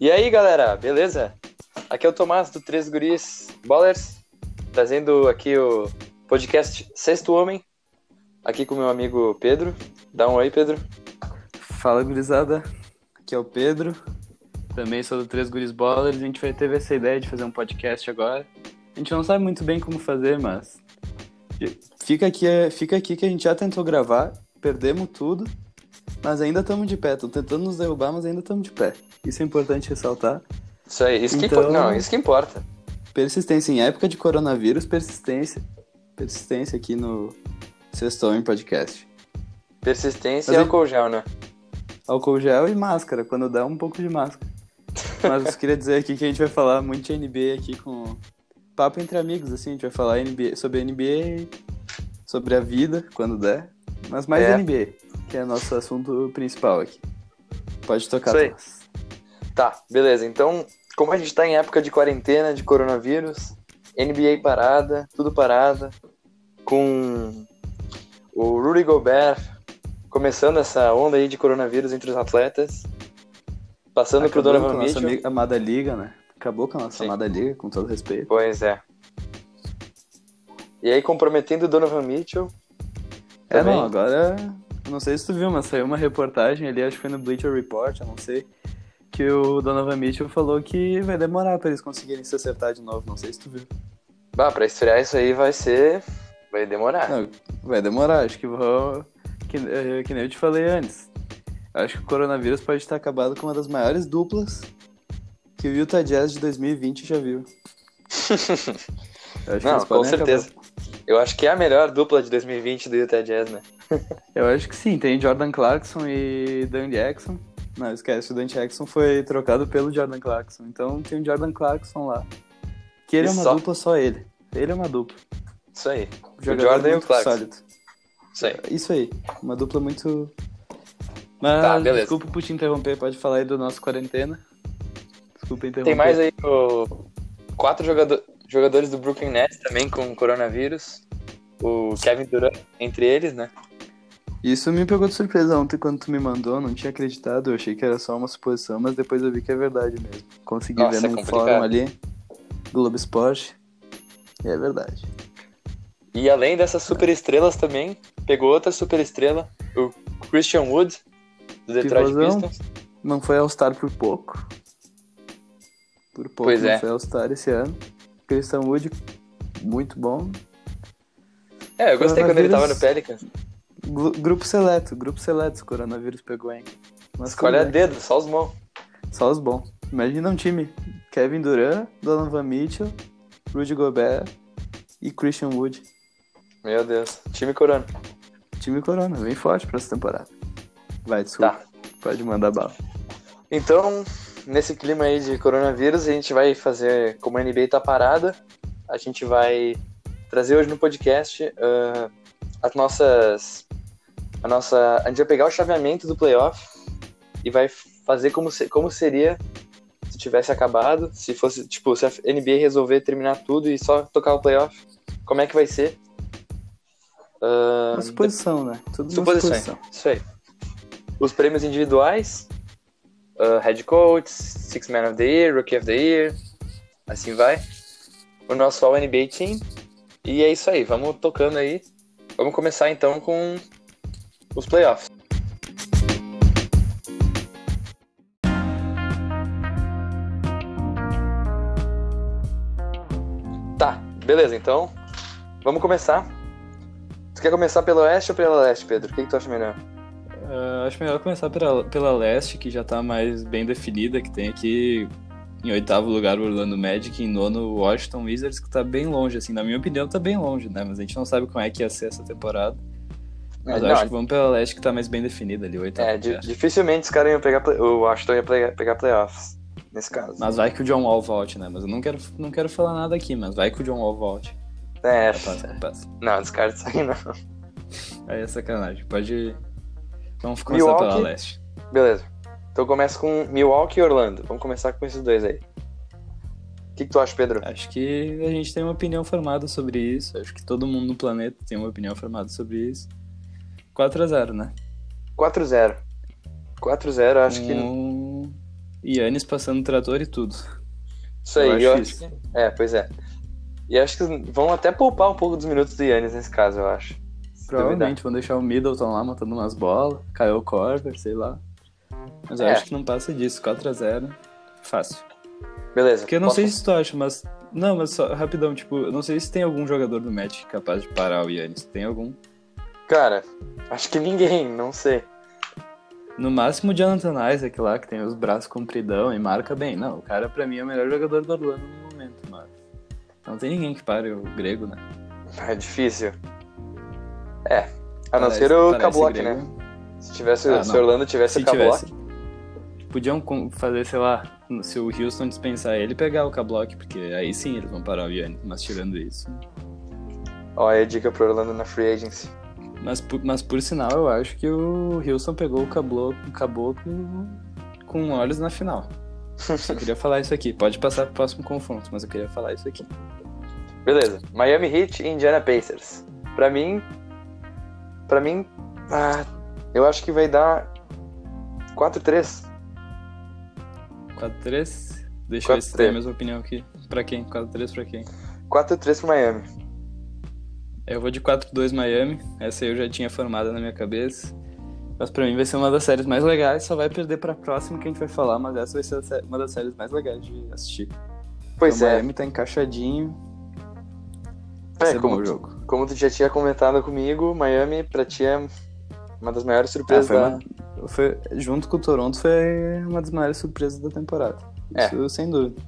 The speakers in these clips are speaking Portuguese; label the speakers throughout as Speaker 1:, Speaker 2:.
Speaker 1: E aí, galera, beleza? Aqui é o Tomás do Três Guris Ballers, trazendo aqui o podcast Sexto Homem, aqui com meu amigo Pedro. Dá um oi, Pedro.
Speaker 2: Fala, gurizada. Aqui é o Pedro. Também sou do Três Guris Ballers. A gente teve essa ideia de fazer um podcast agora. A gente não sabe muito bem como fazer, mas fica aqui, é, fica aqui que a gente já tentou gravar, perdemos tudo, mas ainda estamos de pé. Estão tentando nos derrubar, mas ainda estamos de pé. Isso é importante ressaltar.
Speaker 1: Isso aí, isso que
Speaker 2: Então-
Speaker 1: importa. Não, isso que importa.
Speaker 2: Persistência em época de coronavírus, persistência. Persistência aqui no Sextou em podcast.
Speaker 1: Persistência e
Speaker 2: Mas-
Speaker 1: álcool gel, né?
Speaker 2: Álcool gel e máscara, quando dá um pouco de máscara. Mas eu queria dizer aqui que a gente vai falar muito de NBA aqui com papo entre amigos, assim, a gente vai falar NBA, sobre NBA, sobre a vida, quando der, mas mais
Speaker 1: É.
Speaker 2: NBA, que é nosso assunto principal aqui. Pode tocar.
Speaker 1: Isso aí.
Speaker 2: Tomás.
Speaker 1: Tá, beleza. Então, como a gente tá em época de quarentena, de coronavírus, NBA parada, tudo parada, com o Rudy Gobert começando essa onda aí de coronavírus entre os atletas, passando
Speaker 2: Acabou
Speaker 1: pro Donovan
Speaker 2: Tá com a nossa
Speaker 1: Mitchell.
Speaker 2: amiga- amada liga, né? Acabou com a nossa
Speaker 1: Sim.
Speaker 2: amada liga, com todo respeito.
Speaker 1: Pois é. E aí comprometendo o Donovan Mitchell.
Speaker 2: É,
Speaker 1: também.
Speaker 2: não, agora. eu Não sei se tu viu, mas saiu uma reportagem ali, acho que foi no Bleacher Report, eu não sei. Que o Donovan Mitchell falou que vai demorar pra eles conseguirem se acertar de novo, não sei se tu viu.
Speaker 1: Bah, pra estrear isso aí vai ser... vai demorar.
Speaker 2: Não, vai demorar, acho que vão. Que, eh, que nem eu te falei antes. Acho que o coronavírus pode estar acabado com uma das maiores duplas que o Utah Jazz de 2020 já viu. Eu acho que
Speaker 1: Não,
Speaker 2: eles
Speaker 1: com
Speaker 2: podem acabar.
Speaker 1: certeza. Eu acho que é a melhor dupla de 2020 do Utah Jazz, né?
Speaker 2: Eu acho que sim, tem Jordan Clarkson e Dan Jackson. Não, esquece, o Dan Jackson foi trocado pelo Jordan Clarkson. Então tem o Jordan Clarkson lá. Que ele
Speaker 1: E
Speaker 2: é uma
Speaker 1: só.
Speaker 2: dupla só ele. Ele é uma dupla.
Speaker 1: Isso aí. O
Speaker 2: Jogador
Speaker 1: Jordan e o
Speaker 2: muito
Speaker 1: Clarkson.
Speaker 2: sólido.
Speaker 1: Isso aí.
Speaker 2: Isso aí, uma dupla muito. Mas
Speaker 1: Tá, beleza.
Speaker 2: desculpa por te interromper, pode falar aí do nosso quarentena. Desculpa interromper.
Speaker 1: Tem mais aí o... quatro jogado- jogadores do Brooklyn Nets também com coronavírus. O Kevin Durant entre eles, né?
Speaker 2: Isso me pegou de surpresa ontem quando tu me mandou, não tinha acreditado, eu achei que era só uma suposição, mas depois eu vi que é verdade mesmo. Consegui
Speaker 1: Nossa,
Speaker 2: ver
Speaker 1: é
Speaker 2: num
Speaker 1: complicado.
Speaker 2: fórum ali, Globo Esporte, e é verdade.
Speaker 1: E além dessas superestrelas também, pegou outra superestrela, o Christian Wood, do Detroit
Speaker 2: Pivôzão.
Speaker 1: Pistons.
Speaker 2: Não foi All-Star por pouco. Por pouco
Speaker 1: Pois
Speaker 2: não
Speaker 1: é.
Speaker 2: foi All-Star esse ano. Christian Wood, muito bom.
Speaker 1: É, eu gostei quando ele tava no
Speaker 2: Coronavírus.
Speaker 1: Pelicans.
Speaker 2: Glu- grupo seleto, grupo seleto, se o coronavírus pegou, hein? Mas
Speaker 1: Escolhe a
Speaker 2: tudo bem.
Speaker 1: dedo, só os mãos.
Speaker 2: Só os bons. Imagina um time. Kevin Durant, Donovan Mitchell, Rudy Gobert e Christian Wood.
Speaker 1: Meu Deus. Time corona.
Speaker 2: Time Corona, vem forte pra essa temporada. Vai, desculpa.
Speaker 1: Tá.
Speaker 2: Pode mandar bala.
Speaker 1: Então, nesse clima aí de coronavírus, a gente vai fazer, como a NBA tá parada, a gente vai trazer hoje no podcast ah, as nossas. A nossa. A gente vai pegar o chaveamento do playoff e vai fazer como, se- como seria se tivesse acabado, se fosse, tipo, se a NBA resolver terminar tudo e só tocar o playoff, como é que vai ser? Ah,
Speaker 2: Uma suposição, né? Tudo uma
Speaker 1: Suposições.
Speaker 2: suposição.
Speaker 1: Isso aí. Os prêmios individuais: uh, Head Coach, Six Man of the Year, Rookie of the Year, assim vai. O nosso All NBA Team. E é isso aí, vamos tocando aí. Vamos começar então com os playoffs. Tá, beleza, então vamos começar. Tu quer começar pelo oeste ou pela leste, Pedro? O que, que tu acha melhor?
Speaker 2: Ah, acho melhor começar pela, pela leste, que já tá mais bem definida, que tem aqui em oitavo lugar o Orlando Magic, em nono o Washington Wizards, que tá bem longe, assim, na minha opinião tá bem longe, né? Mas a gente não sabe como é que ia ser essa temporada. Mas eu
Speaker 1: É, Não,
Speaker 2: acho que vamos pela leste, que tá mais bem definida ali, o oitavo
Speaker 1: É, di-
Speaker 2: lugar.
Speaker 1: dificilmente os caras iam pegar. play- O Washington ia play- pegar playoffs, nesse caso.
Speaker 2: Mas vai que o John Wall volte, né? Mas eu não quero, não quero falar nada aqui, mas vai que o John Wall volte.
Speaker 1: É,
Speaker 2: Capaz, capaz.
Speaker 1: não, descarta isso aí não.
Speaker 2: Aí é sacanagem. Pode. Vamos começar pela
Speaker 1: Milwaukee.
Speaker 2: leste.
Speaker 1: Beleza. Então começa com Milwaukee e Orlando. Vamos começar com esses dois aí. O que, que tu acha, Pedro?
Speaker 2: Acho que a gente tem uma opinião formada sobre isso. Acho que todo mundo no planeta tem uma opinião formada sobre isso. 4x0, né? Hum,
Speaker 1: 4-0. 4-0, acho que.
Speaker 2: um... Yannis passando trator e tudo.
Speaker 1: Isso aí,
Speaker 2: Eu acho
Speaker 1: eu
Speaker 2: isso.
Speaker 1: acho que. É, pois é. E acho que vão até poupar um pouco dos minutos do Yannis nesse caso, eu acho. Se
Speaker 2: Provavelmente vão deixar o Middleton lá matando umas bolas, Kyle Korver, sei lá. Mas eu
Speaker 1: É.
Speaker 2: acho que não passa disso, 4x0, fácil.
Speaker 1: duvidar. Beleza.
Speaker 2: Porque eu não
Speaker 1: posso-
Speaker 2: sei se tu acha, mas. Não, mas só rapidão, tipo, eu não sei se tem algum jogador do Magic capaz de parar o Yannis. Tem algum?
Speaker 1: Cara, acho que ninguém, não sei.
Speaker 2: No máximo o Jonathan Isaac lá, que tem os braços compridão e marca bem. Não, o cara pra mim é o melhor jogador do Orlando no momento, mas. Não tem ninguém que pare o grego, né?
Speaker 1: É difícil. É. A não
Speaker 2: Parece-
Speaker 1: ser o
Speaker 2: parece
Speaker 1: Kablock,
Speaker 2: grego.
Speaker 1: né? Se tivesse,
Speaker 2: Ah,
Speaker 1: se
Speaker 2: não.
Speaker 1: Orlando tivesse
Speaker 2: Se
Speaker 1: o Kablock.
Speaker 2: tivesse. Podiam com- fazer, sei lá, se o Houston dispensar ele, pegar o Kablock, porque aí sim eles vão parar o Yannis, mas tirando isso.
Speaker 1: Ó, é a dica pro Orlando na Free Agency.
Speaker 2: Mas, por- mas por sinal, eu acho que o Houston pegou o Cablo- o Caboclo com olhos na final. Só queria falar isso aqui. Pode passar pro próximo confronto, mas eu queria falar isso aqui.
Speaker 1: Beleza. Miami Heat e Indiana Pacers. Pra mim. Pra mim. Ah, eu acho que vai dar 4-3.
Speaker 2: 4-3? Deixa eu ver
Speaker 1: 4-3.
Speaker 2: se tem a mesma opinião aqui. Pra quem? 4-3 pra quem?
Speaker 1: 4-3 pro Miami.
Speaker 2: Eu vou de 4-2 Miami. Essa aí eu já tinha formada na minha cabeça. Mas pra mim vai ser uma das séries mais legais. Só vai perder pra próxima que a gente vai falar, mas essa vai ser a sé- uma das séries mais legais de assistir.
Speaker 1: Pois
Speaker 2: então,
Speaker 1: é,
Speaker 2: Miami tá encaixadinho. Vai
Speaker 1: É,
Speaker 2: ser bom
Speaker 1: como,
Speaker 2: o
Speaker 1: tu,
Speaker 2: jogo.
Speaker 1: como tu já tinha comentado comigo, Miami pra ti é uma das maiores
Speaker 2: Ah,
Speaker 1: surpresas
Speaker 2: foi
Speaker 1: da.
Speaker 2: uma- foi- junto com o Toronto foi uma das maiores surpresas da temporada.
Speaker 1: É.
Speaker 2: Isso sem dúvida.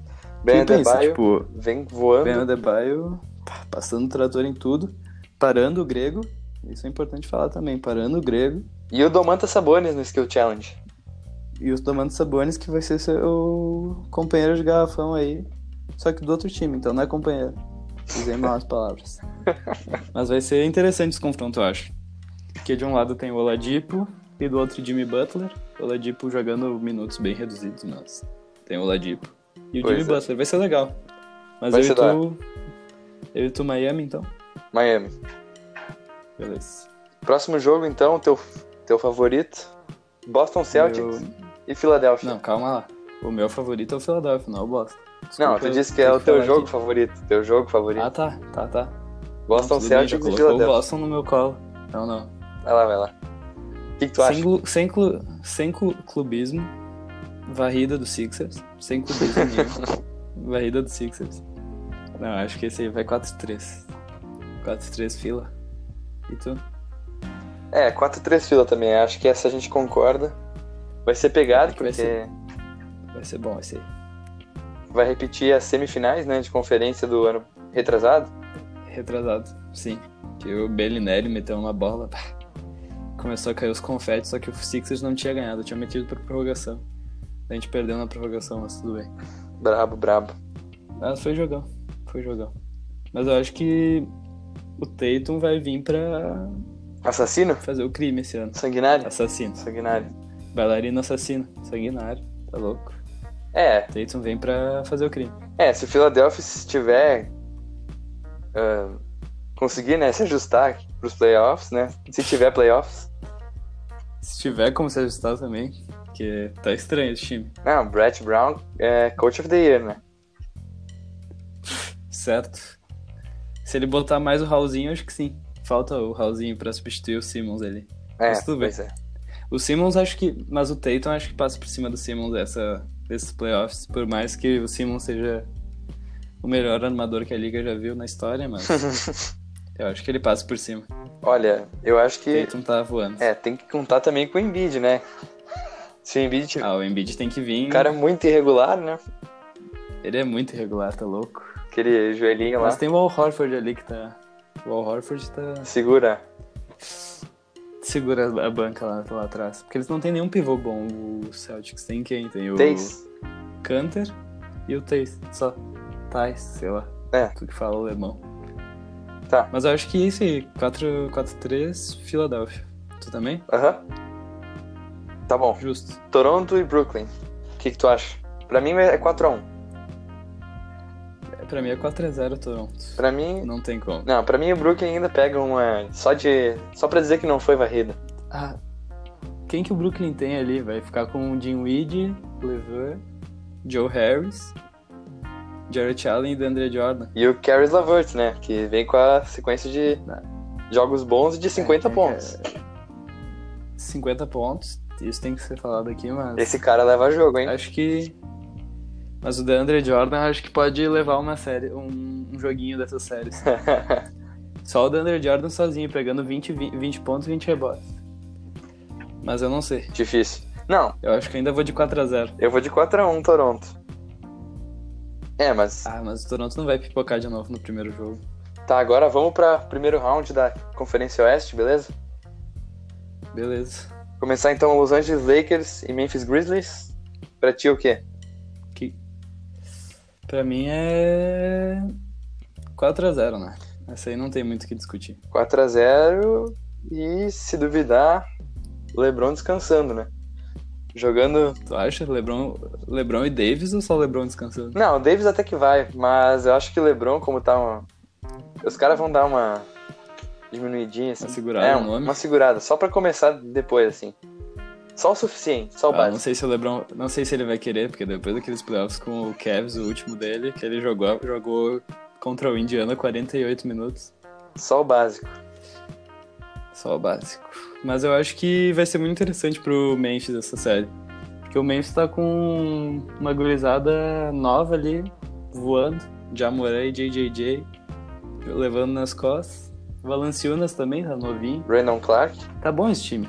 Speaker 1: Ben
Speaker 2: Quem pensa,
Speaker 1: Adebayo
Speaker 2: tipo,
Speaker 1: vem voando.
Speaker 2: Ben Adebayo pá, passando o trator em tudo, parando o grego. Isso é importante falar também, parando o grego.
Speaker 1: E o Domantas Sabonis no Skill Challenge.
Speaker 2: E os Domantas Sabonis, que vai ser seu companheiro de garrafão aí. Só que do outro time, então não é companheiro. Usei mal as palavras. Mas vai ser interessante esse confronto, eu acho. Porque de um lado tem o Oladipo e do outro Jimmy Butler. O Oladipo jogando minutos bem reduzidos, mas tem o Oladipo. E o
Speaker 1: Pois
Speaker 2: Jimmy
Speaker 1: é.
Speaker 2: Butler, vai ser legal. Mas
Speaker 1: Vai
Speaker 2: eu
Speaker 1: ser
Speaker 2: e
Speaker 1: da
Speaker 2: tu... Eu e tu Miami, então?
Speaker 1: Miami.
Speaker 2: Beleza.
Speaker 1: Próximo jogo, então, teu, teu favorito. Boston Celtics
Speaker 2: Meu-
Speaker 1: e Philadelphia.
Speaker 2: Não, calma lá. O meu favorito é o Philadelphia, não é o Boston.
Speaker 1: Não,
Speaker 2: Desculpa,
Speaker 1: tu
Speaker 2: eu
Speaker 1: disse que é
Speaker 2: tenho
Speaker 1: o teu
Speaker 2: falar
Speaker 1: jogo
Speaker 2: aqui.
Speaker 1: favorito. Teu jogo favorito.
Speaker 2: Ah, tá, tá, tá.
Speaker 1: Boston
Speaker 2: Tudo bem, já
Speaker 1: Celtics e
Speaker 2: colocou o
Speaker 1: Philadelphia.
Speaker 2: Boston no meu colo. Não, não.
Speaker 1: Vai lá, vai lá. O que, que tu
Speaker 2: Sem,
Speaker 1: acha?
Speaker 2: glu- sem, clu- sem clu- clubismo. Varrida do Sixers. Sem clubismo nenhum. Varrida do Sixers. Não, acho que esse aí vai 4-3. 4-3 fila. E tu?
Speaker 1: É, 4-3 fila também. Acho que essa a gente concorda. Vai ser pegado,
Speaker 2: É que vai
Speaker 1: porque
Speaker 2: ser- Vai ser bom esse aí.
Speaker 1: vai repetir as semifinais né, de conferência do ano retrasado.
Speaker 2: Retrasado, sim. Que o Bellinelli meteu uma bola. pá. Começou a cair os confetes, só que o Sixers não tinha ganhado, tinha metido pra prorrogação. A gente perdeu na prorrogação, mas tudo bem.
Speaker 1: Brabo, brabo.
Speaker 2: Ah, foi jogão. Foi jogão. Mas eu acho que o Tatum vai vir pra
Speaker 1: Assassino?
Speaker 2: fazer o crime esse ano.
Speaker 1: Sanguinário?
Speaker 2: Assassino.
Speaker 1: Sanguinário.
Speaker 2: Bailarino assassino. Sanguinário. Tá louco.
Speaker 1: É,
Speaker 2: Tatum vem pra fazer o crime.
Speaker 1: é, se o Philadelphia estiver ah, conseguir, né, se ajustar pros playoffs, né? Se tiver playoffs.
Speaker 2: Se tiver como se ajustar também, porque tá estranho esse time.
Speaker 1: Não, Brett Brown é coach of the year, né?
Speaker 2: Certo. Se ele botar mais o Raulzinho, acho que sim. Falta o Raulzinho pra substituir o Simmons ali.
Speaker 1: É,
Speaker 2: Mas tudo bem.
Speaker 1: pois é.
Speaker 2: O Simmons acho que. Mas o Tatum acho que passa por cima do Simmons essa, desses playoffs. Por mais que o Simmons seja o melhor armador que a Liga já viu na história, mas. eu acho que ele passa por cima.
Speaker 1: Olha, eu acho
Speaker 2: O
Speaker 1: que
Speaker 2: Tatum tá voando.
Speaker 1: é, tem que contar também com o Embiid, né? Se o Embiid tiver
Speaker 2: Ah, o Embiid tem que vir.
Speaker 1: um cara muito irregular, né?
Speaker 2: Ele é muito irregular, tá louco.
Speaker 1: Aquele joelhinho lá,
Speaker 2: Mas tem o Al Horford ali que tá. O Al Horford tá.
Speaker 1: segura.
Speaker 2: Segura a banca lá, lá atrás. Porque eles não tem nenhum pivô bom. O Celtics tem quem? Tem o.
Speaker 1: Tays.
Speaker 2: Canter e o Tais, só. Tais, sei lá.
Speaker 1: É.
Speaker 2: Tu que fala alemão.
Speaker 1: Tá.
Speaker 2: Mas eu acho que é isso aí. 4-3, Filadélfia. Tu também?
Speaker 1: Aham. Tá bom.
Speaker 2: Justo.
Speaker 1: Toronto e Brooklyn. O que, que tu acha? Pra mim é 4x1.
Speaker 2: É, Pra mim é 4x0 Toronto.
Speaker 1: Pra mim.
Speaker 2: Não tem como.
Speaker 1: Não, pra mim o Brooklyn ainda pega uma. Só de. Só pra dizer que não foi varrida.
Speaker 2: Ah, Quem que o Brooklyn tem ali? Vai ficar com o Dinwiddie, Lever, Joe Harris, Jarrett Allen e DeAndre Jordan.
Speaker 1: E o Caris Lavert, né? Que vem com a sequência de jogos bons e de 50
Speaker 2: É,
Speaker 1: pontos.
Speaker 2: 50 pontos. Isso tem que ser falado aqui, mas...
Speaker 1: Esse cara leva jogo, hein?
Speaker 2: Acho que. Mas o Deandre Jordan acho que pode levar uma série, um, um joguinho dessas séries. Só o Deandre Jordan sozinho, pegando 20, 20, 20 pontos e 20 rebotes. Mas eu não sei.
Speaker 1: Difícil. Não,
Speaker 2: Eu acho que ainda vou de 4x0.
Speaker 1: eu vou de 4x1 Toronto. É, mas
Speaker 2: Ah, mas o Toronto não vai pipocar de novo no primeiro jogo.
Speaker 1: tá, agora vamos pra primeiro round da Conferência Oeste, beleza?
Speaker 2: Beleza.
Speaker 1: Começar então Los Angeles Lakers e Memphis Grizzlies. Pra ti o quê?
Speaker 2: Que... Pra mim é. 4x0, né? Essa aí não tem muito o que discutir.
Speaker 1: 4x0 e se duvidar, LeBron descansando, né? Jogando.
Speaker 2: Tu acha? Lebron, Lebron e Davis ou só Lebron descansando?
Speaker 1: Não, o Davis até que vai, mas eu acho que o LeBron, como tá uma... Os caras vão dar uma diminuidinha, assim.
Speaker 2: Uma segurada
Speaker 1: é,
Speaker 2: no
Speaker 1: um-
Speaker 2: nome.
Speaker 1: uma segurada, só pra começar depois, assim. Só o suficiente, só É o
Speaker 2: Ah, não
Speaker 1: básico.
Speaker 2: sei se o LeBron, não sei se ele vai querer, porque depois daqueles playoffs com o Cavs, o último dele, que ele jogou, jogou contra o Indiana 48 minutos,
Speaker 1: Só o básico.
Speaker 2: só o básico. Mas eu acho que vai ser muito interessante pro Memphis essa série, porque o Memphis tá com uma gurizada nova ali voando, Jamorã e JJJ levando nas costas. Valanciunas também tá novinho.
Speaker 1: Brandon Clark.
Speaker 2: Tá bom esse time.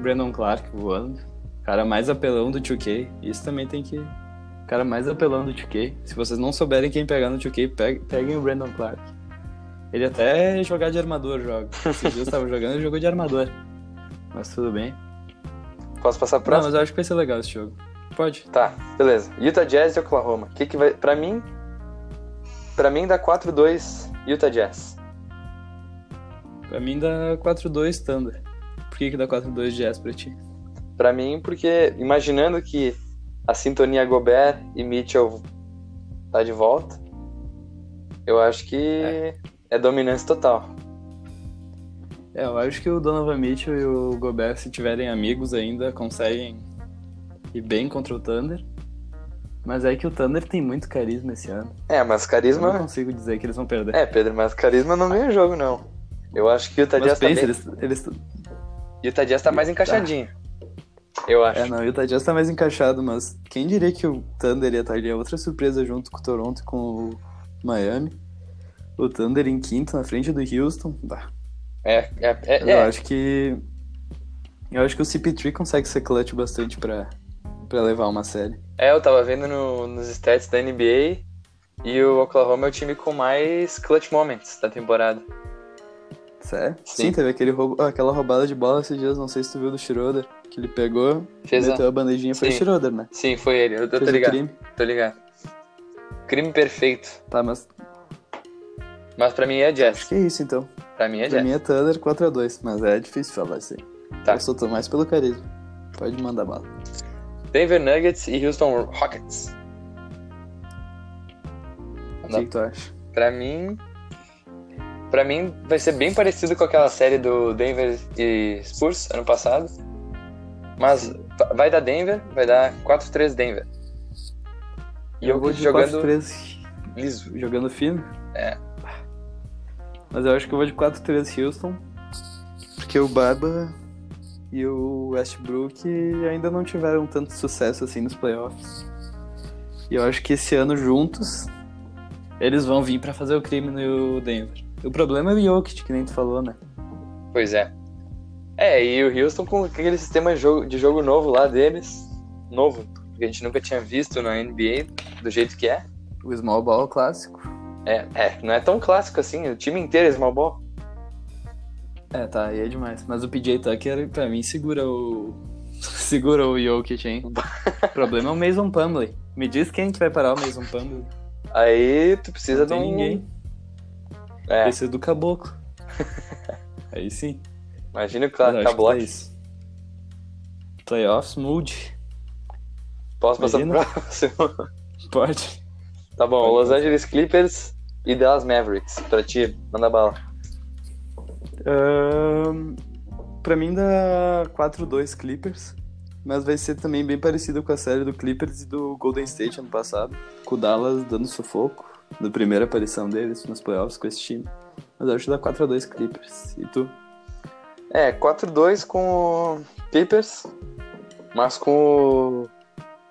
Speaker 2: Brandon Clark voando. Cara mais apelão do 2K. Isso também tem que. Cara mais apelão do 2K. Se vocês não souberem quem pegar no 2K, pe- peguem o Brandon Clark. Ele até jogar de armador joga. Esses dias eu tava jogando e jogou de armador. Mas tudo bem.
Speaker 1: Posso passar pro
Speaker 2: Não,
Speaker 1: próximo?
Speaker 2: mas eu acho que vai ser legal esse jogo. Pode.
Speaker 1: Tá, beleza. Utah Jazz e Oklahoma. Que que vai... Pra mim... Pra mim dá 4-2 Utah Jazz.
Speaker 2: Pra mim dá 4-2 Thunder. Por que, que dá 4-2 Jazz pra ti?
Speaker 1: Pra mim, porque imaginando que a sintonia Gobert e Mitchell tá de volta, eu acho que é, dominância total.
Speaker 2: É, eu acho que o Donovan Mitchell e o Gobert, se tiverem amigos ainda, conseguem ir bem contra o Thunder. Mas é que o Thunder tem muito carisma esse ano.
Speaker 1: É, mas
Speaker 2: Eu não
Speaker 1: carisma.
Speaker 2: consigo dizer que eles vão perder.
Speaker 1: É, Pedro, mas carisma não ganha jogo, não. Eu acho que o Utah
Speaker 2: mas
Speaker 1: Jazz tá,
Speaker 2: pensa,
Speaker 1: bem...
Speaker 2: eles, eles...
Speaker 1: Utah Jazz tá mais encaixadinho. Eu acho.
Speaker 2: É, não, o Utah Jazz tá mais encaixado, mas quem diria que o Thunder ia estar ali? É outra surpresa junto com o Toronto e com o Miami. O Thunder em quinto, na frente do Houston. Bah,
Speaker 1: É, é, é,
Speaker 2: Eu
Speaker 1: é.
Speaker 2: acho que. Eu acho que o CP3 consegue ser clutch bastante pra, pra levar uma série.
Speaker 1: É, eu tava vendo no- nos stats da NBA e o Oklahoma é o time com mais clutch moments da temporada.
Speaker 2: Sério?
Speaker 1: Sim.
Speaker 2: é? Sim, teve aquele roubo, ah, aquela roubada de bola esses dias, não sei se tu viu do Schroeder, que ele pegou,
Speaker 1: Fez a...
Speaker 2: meteu a bandejinha, foi o
Speaker 1: Sim.
Speaker 2: Schroeder, né?
Speaker 1: Sim, foi ele. Eu tô, tô
Speaker 2: Fez o
Speaker 1: ligado,
Speaker 2: crime.
Speaker 1: tô ligado. Crime perfeito.
Speaker 2: Tá, mas
Speaker 1: Mas pra mim é
Speaker 2: acho
Speaker 1: Jazz.
Speaker 2: que é isso então.
Speaker 1: Pra mim é
Speaker 2: pra
Speaker 1: Jazz.
Speaker 2: mim é Thunder 4x2, mas é difícil falar isso aí.
Speaker 1: Tá.
Speaker 2: Eu sou tô mais pelo carisma. Pode mandar bala.
Speaker 1: Denver Nuggets e Houston Rockets.
Speaker 2: O
Speaker 1: Não.
Speaker 2: que, que tu acha?
Speaker 1: Pra mim. Pra mim vai ser bem parecido com aquela série do Denver e Spurs ano passado. Mas va- vai dar Denver, vai dar 4-3 Denver. E eu, vou
Speaker 2: de
Speaker 1: jogando
Speaker 2: 4-3
Speaker 1: liso.
Speaker 2: jogando fino.
Speaker 1: É.
Speaker 2: Mas eu acho que eu vou de 4-3 Houston. Porque o Barba e o Westbrook ainda não tiveram tanto sucesso assim nos playoffs. E eu acho que esse ano juntos eles vão vir pra fazer o crime no Denver. O problema é o Jokic, que nem tu falou, né?
Speaker 1: Pois é. É, e o Houston com aquele sistema de jogo, de jogo novo lá deles. Novo, que a gente nunca tinha visto na NBA, do jeito que é.
Speaker 2: O small ball clássico.
Speaker 1: É, é, não é tão clássico assim, o time inteiro é small ball.
Speaker 2: É, tá, aí é demais. Mas o PJ Tucker, pra mim, segura o. segura o Jokic, hein? o problema é o Mason Plumlee. Me diz quem que vai parar o Mason Plumlee.
Speaker 1: Aí tu precisa
Speaker 2: Não
Speaker 1: de um...
Speaker 2: tem ninguém.
Speaker 1: É,
Speaker 2: Precisa do caboclo. Aí sim.
Speaker 1: imagina o
Speaker 2: Mas acho que
Speaker 1: Cablock.
Speaker 2: tá isso. Playoffs, mood.
Speaker 1: Posso passar pro
Speaker 2: Imagina.
Speaker 1: próximo?
Speaker 2: Pode.
Speaker 1: Tá bom,
Speaker 2: Pode
Speaker 1: Los Angeles Clippers e Dallas Mavericks. Pra ti, manda bala.
Speaker 2: Ahn, Pra mim dá 4-2 Clippers, mas vai ser também bem parecido com a série do Clippers e do Golden State ano passado, com o Dallas dando sufoco na primeira aparição deles nos playoffs com esse time. Mas eu acho que dá 4x2 Clippers. E tu?
Speaker 1: É, 4-2 com o Clippers, mas com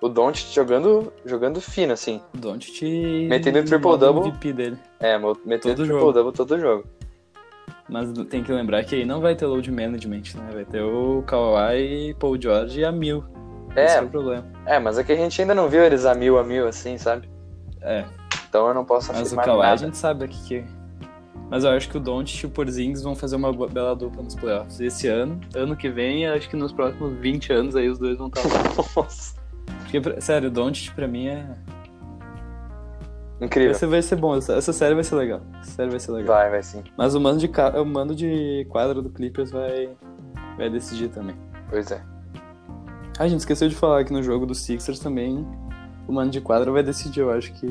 Speaker 1: o, o Doncic jogando, jogando fino, assim.
Speaker 2: Don't te...
Speaker 1: Metendo o triple-double.
Speaker 2: MVP dele.
Speaker 1: É, mo- metendo
Speaker 2: Todo
Speaker 1: triple
Speaker 2: jogo.
Speaker 1: double todo jogo.
Speaker 2: Mas tem que lembrar que aí não vai ter load management, né? Vai ter o Kawhi, Paul George e a Mil. Esse é o
Speaker 1: É,
Speaker 2: problema.
Speaker 1: é, mas é que a gente ainda não viu eles a mil a mil, assim, sabe?
Speaker 2: É,
Speaker 1: Então eu não posso
Speaker 2: mas o
Speaker 1: afirmar
Speaker 2: Kawhi a
Speaker 1: nada.
Speaker 2: gente sabe aqui que... é. Mas eu acho que o Don't e o Porzingis vão fazer uma boa- bela dupla nos playoffs esse ano. Ano que vem, eu acho que nos próximos 20 anos aí os dois vão estar lá.
Speaker 1: Nossa,
Speaker 2: Porque, pra- sério, o Don't pra mim é...
Speaker 1: Incrível.
Speaker 2: Esse vai ser bom, essa, essa série vai ser legal. Essa série vai ser legal.
Speaker 1: Vai, vai sim.
Speaker 2: Mas o mando de, ca- o mando de quadra do Clippers vai, vai decidir também.
Speaker 1: Pois é.
Speaker 2: Ah, a gente esqueceu de falar que no jogo do Sixers também o mando de quadra vai decidir. Eu acho que.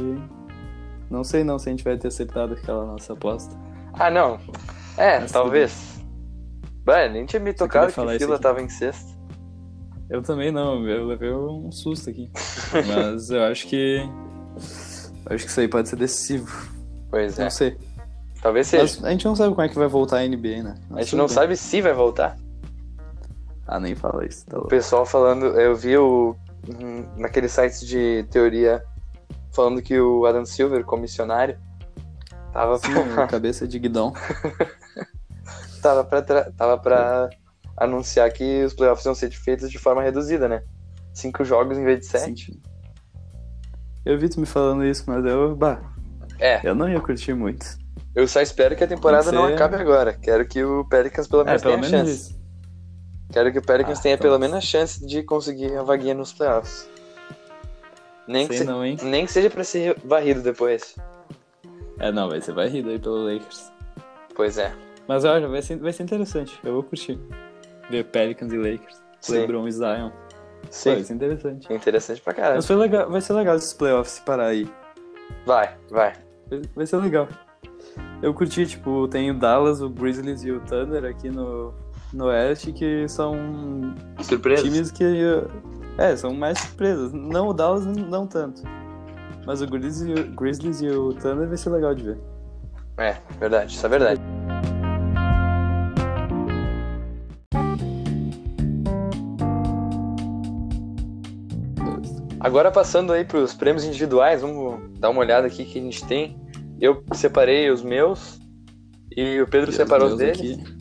Speaker 2: Não sei não se a gente vai ter aceitado aquela nossa aposta.
Speaker 1: Ah, não. É,
Speaker 2: Mas
Speaker 1: talvez. Bah, nem tinha me tocado
Speaker 2: falar
Speaker 1: que
Speaker 2: isso
Speaker 1: fila
Speaker 2: aqui.
Speaker 1: tava em sexto.
Speaker 2: Eu também não, eu levei um susto aqui. Mas eu acho que. eu Acho que isso aí pode ser decisivo.
Speaker 1: Pois é.
Speaker 2: Não sei.
Speaker 1: Talvez seja.
Speaker 2: Mas a gente não sabe como é que vai voltar a NBA, né?
Speaker 1: a
Speaker 2: Mas
Speaker 1: gente
Speaker 2: tudo
Speaker 1: não
Speaker 2: bem.
Speaker 1: sabe se vai voltar.
Speaker 2: Ah, nem fala isso, tá
Speaker 1: O
Speaker 2: louco.
Speaker 1: pessoal falando, eu vi o, hum, naquele site de teoria falando que o Adam Silver, comissionário, tava
Speaker 2: Sim,
Speaker 1: pra,
Speaker 2: cabeça de guidão.
Speaker 1: tava pra, tra- tava pra anunciar que os playoffs iam ser feitos de forma reduzida, né? Cinco jogos em vez de sete.
Speaker 2: Sim. tá Eu vi tu me falando isso, mas eu, bah,
Speaker 1: É,
Speaker 2: eu não ia curtir muito.
Speaker 1: eu só espero que a temporada
Speaker 2: Tem que
Speaker 1: não
Speaker 2: ser-
Speaker 1: acabe agora. Quero que o Pelicans pelo
Speaker 2: é,
Speaker 1: menos
Speaker 2: pelo
Speaker 1: tenha
Speaker 2: menos
Speaker 1: chance.
Speaker 2: isso.
Speaker 1: Quero que o Pelicans
Speaker 2: Ah,
Speaker 1: tenha
Speaker 2: então-
Speaker 1: pelo menos a chance de conseguir a vaguinha nos playoffs. Nem que,
Speaker 2: Sei
Speaker 1: se-
Speaker 2: não, hein?
Speaker 1: nem que seja pra ser varrido depois.
Speaker 2: É, não, vai ser varrido aí pelo Lakers.
Speaker 1: Pois é.
Speaker 2: Mas olha, vai ser, vai ser interessante. Eu vou curtir. Ver Pelicans e Lakers.
Speaker 1: Sim.
Speaker 2: LeBron e Zion. Pô, Vai
Speaker 1: Sim.
Speaker 2: ser interessante.
Speaker 1: Interessante pra caralho.
Speaker 2: Mas foi legal, vai ser legal esses playoffs se parar aí.
Speaker 1: Vai, vai.
Speaker 2: Vai- Vai ser legal. Eu curti, tipo, tem o Dallas, o Grizzlies e o Thunder aqui no, no Oeste, que são
Speaker 1: Surpresa?
Speaker 2: Times que. É, são mais surpresas. Não o Dallas, não tanto. Mas o Grizzlies, e o- Grizzlies e o Thunder vai ser legal de ver.
Speaker 1: É, verdade, isso é verdade. Agora passando aí pros prêmios individuais, vamos dar uma olhada aqui que a gente tem. Eu separei os meus e o Pedro separou os
Speaker 2: Meus
Speaker 1: deles.
Speaker 2: aqui.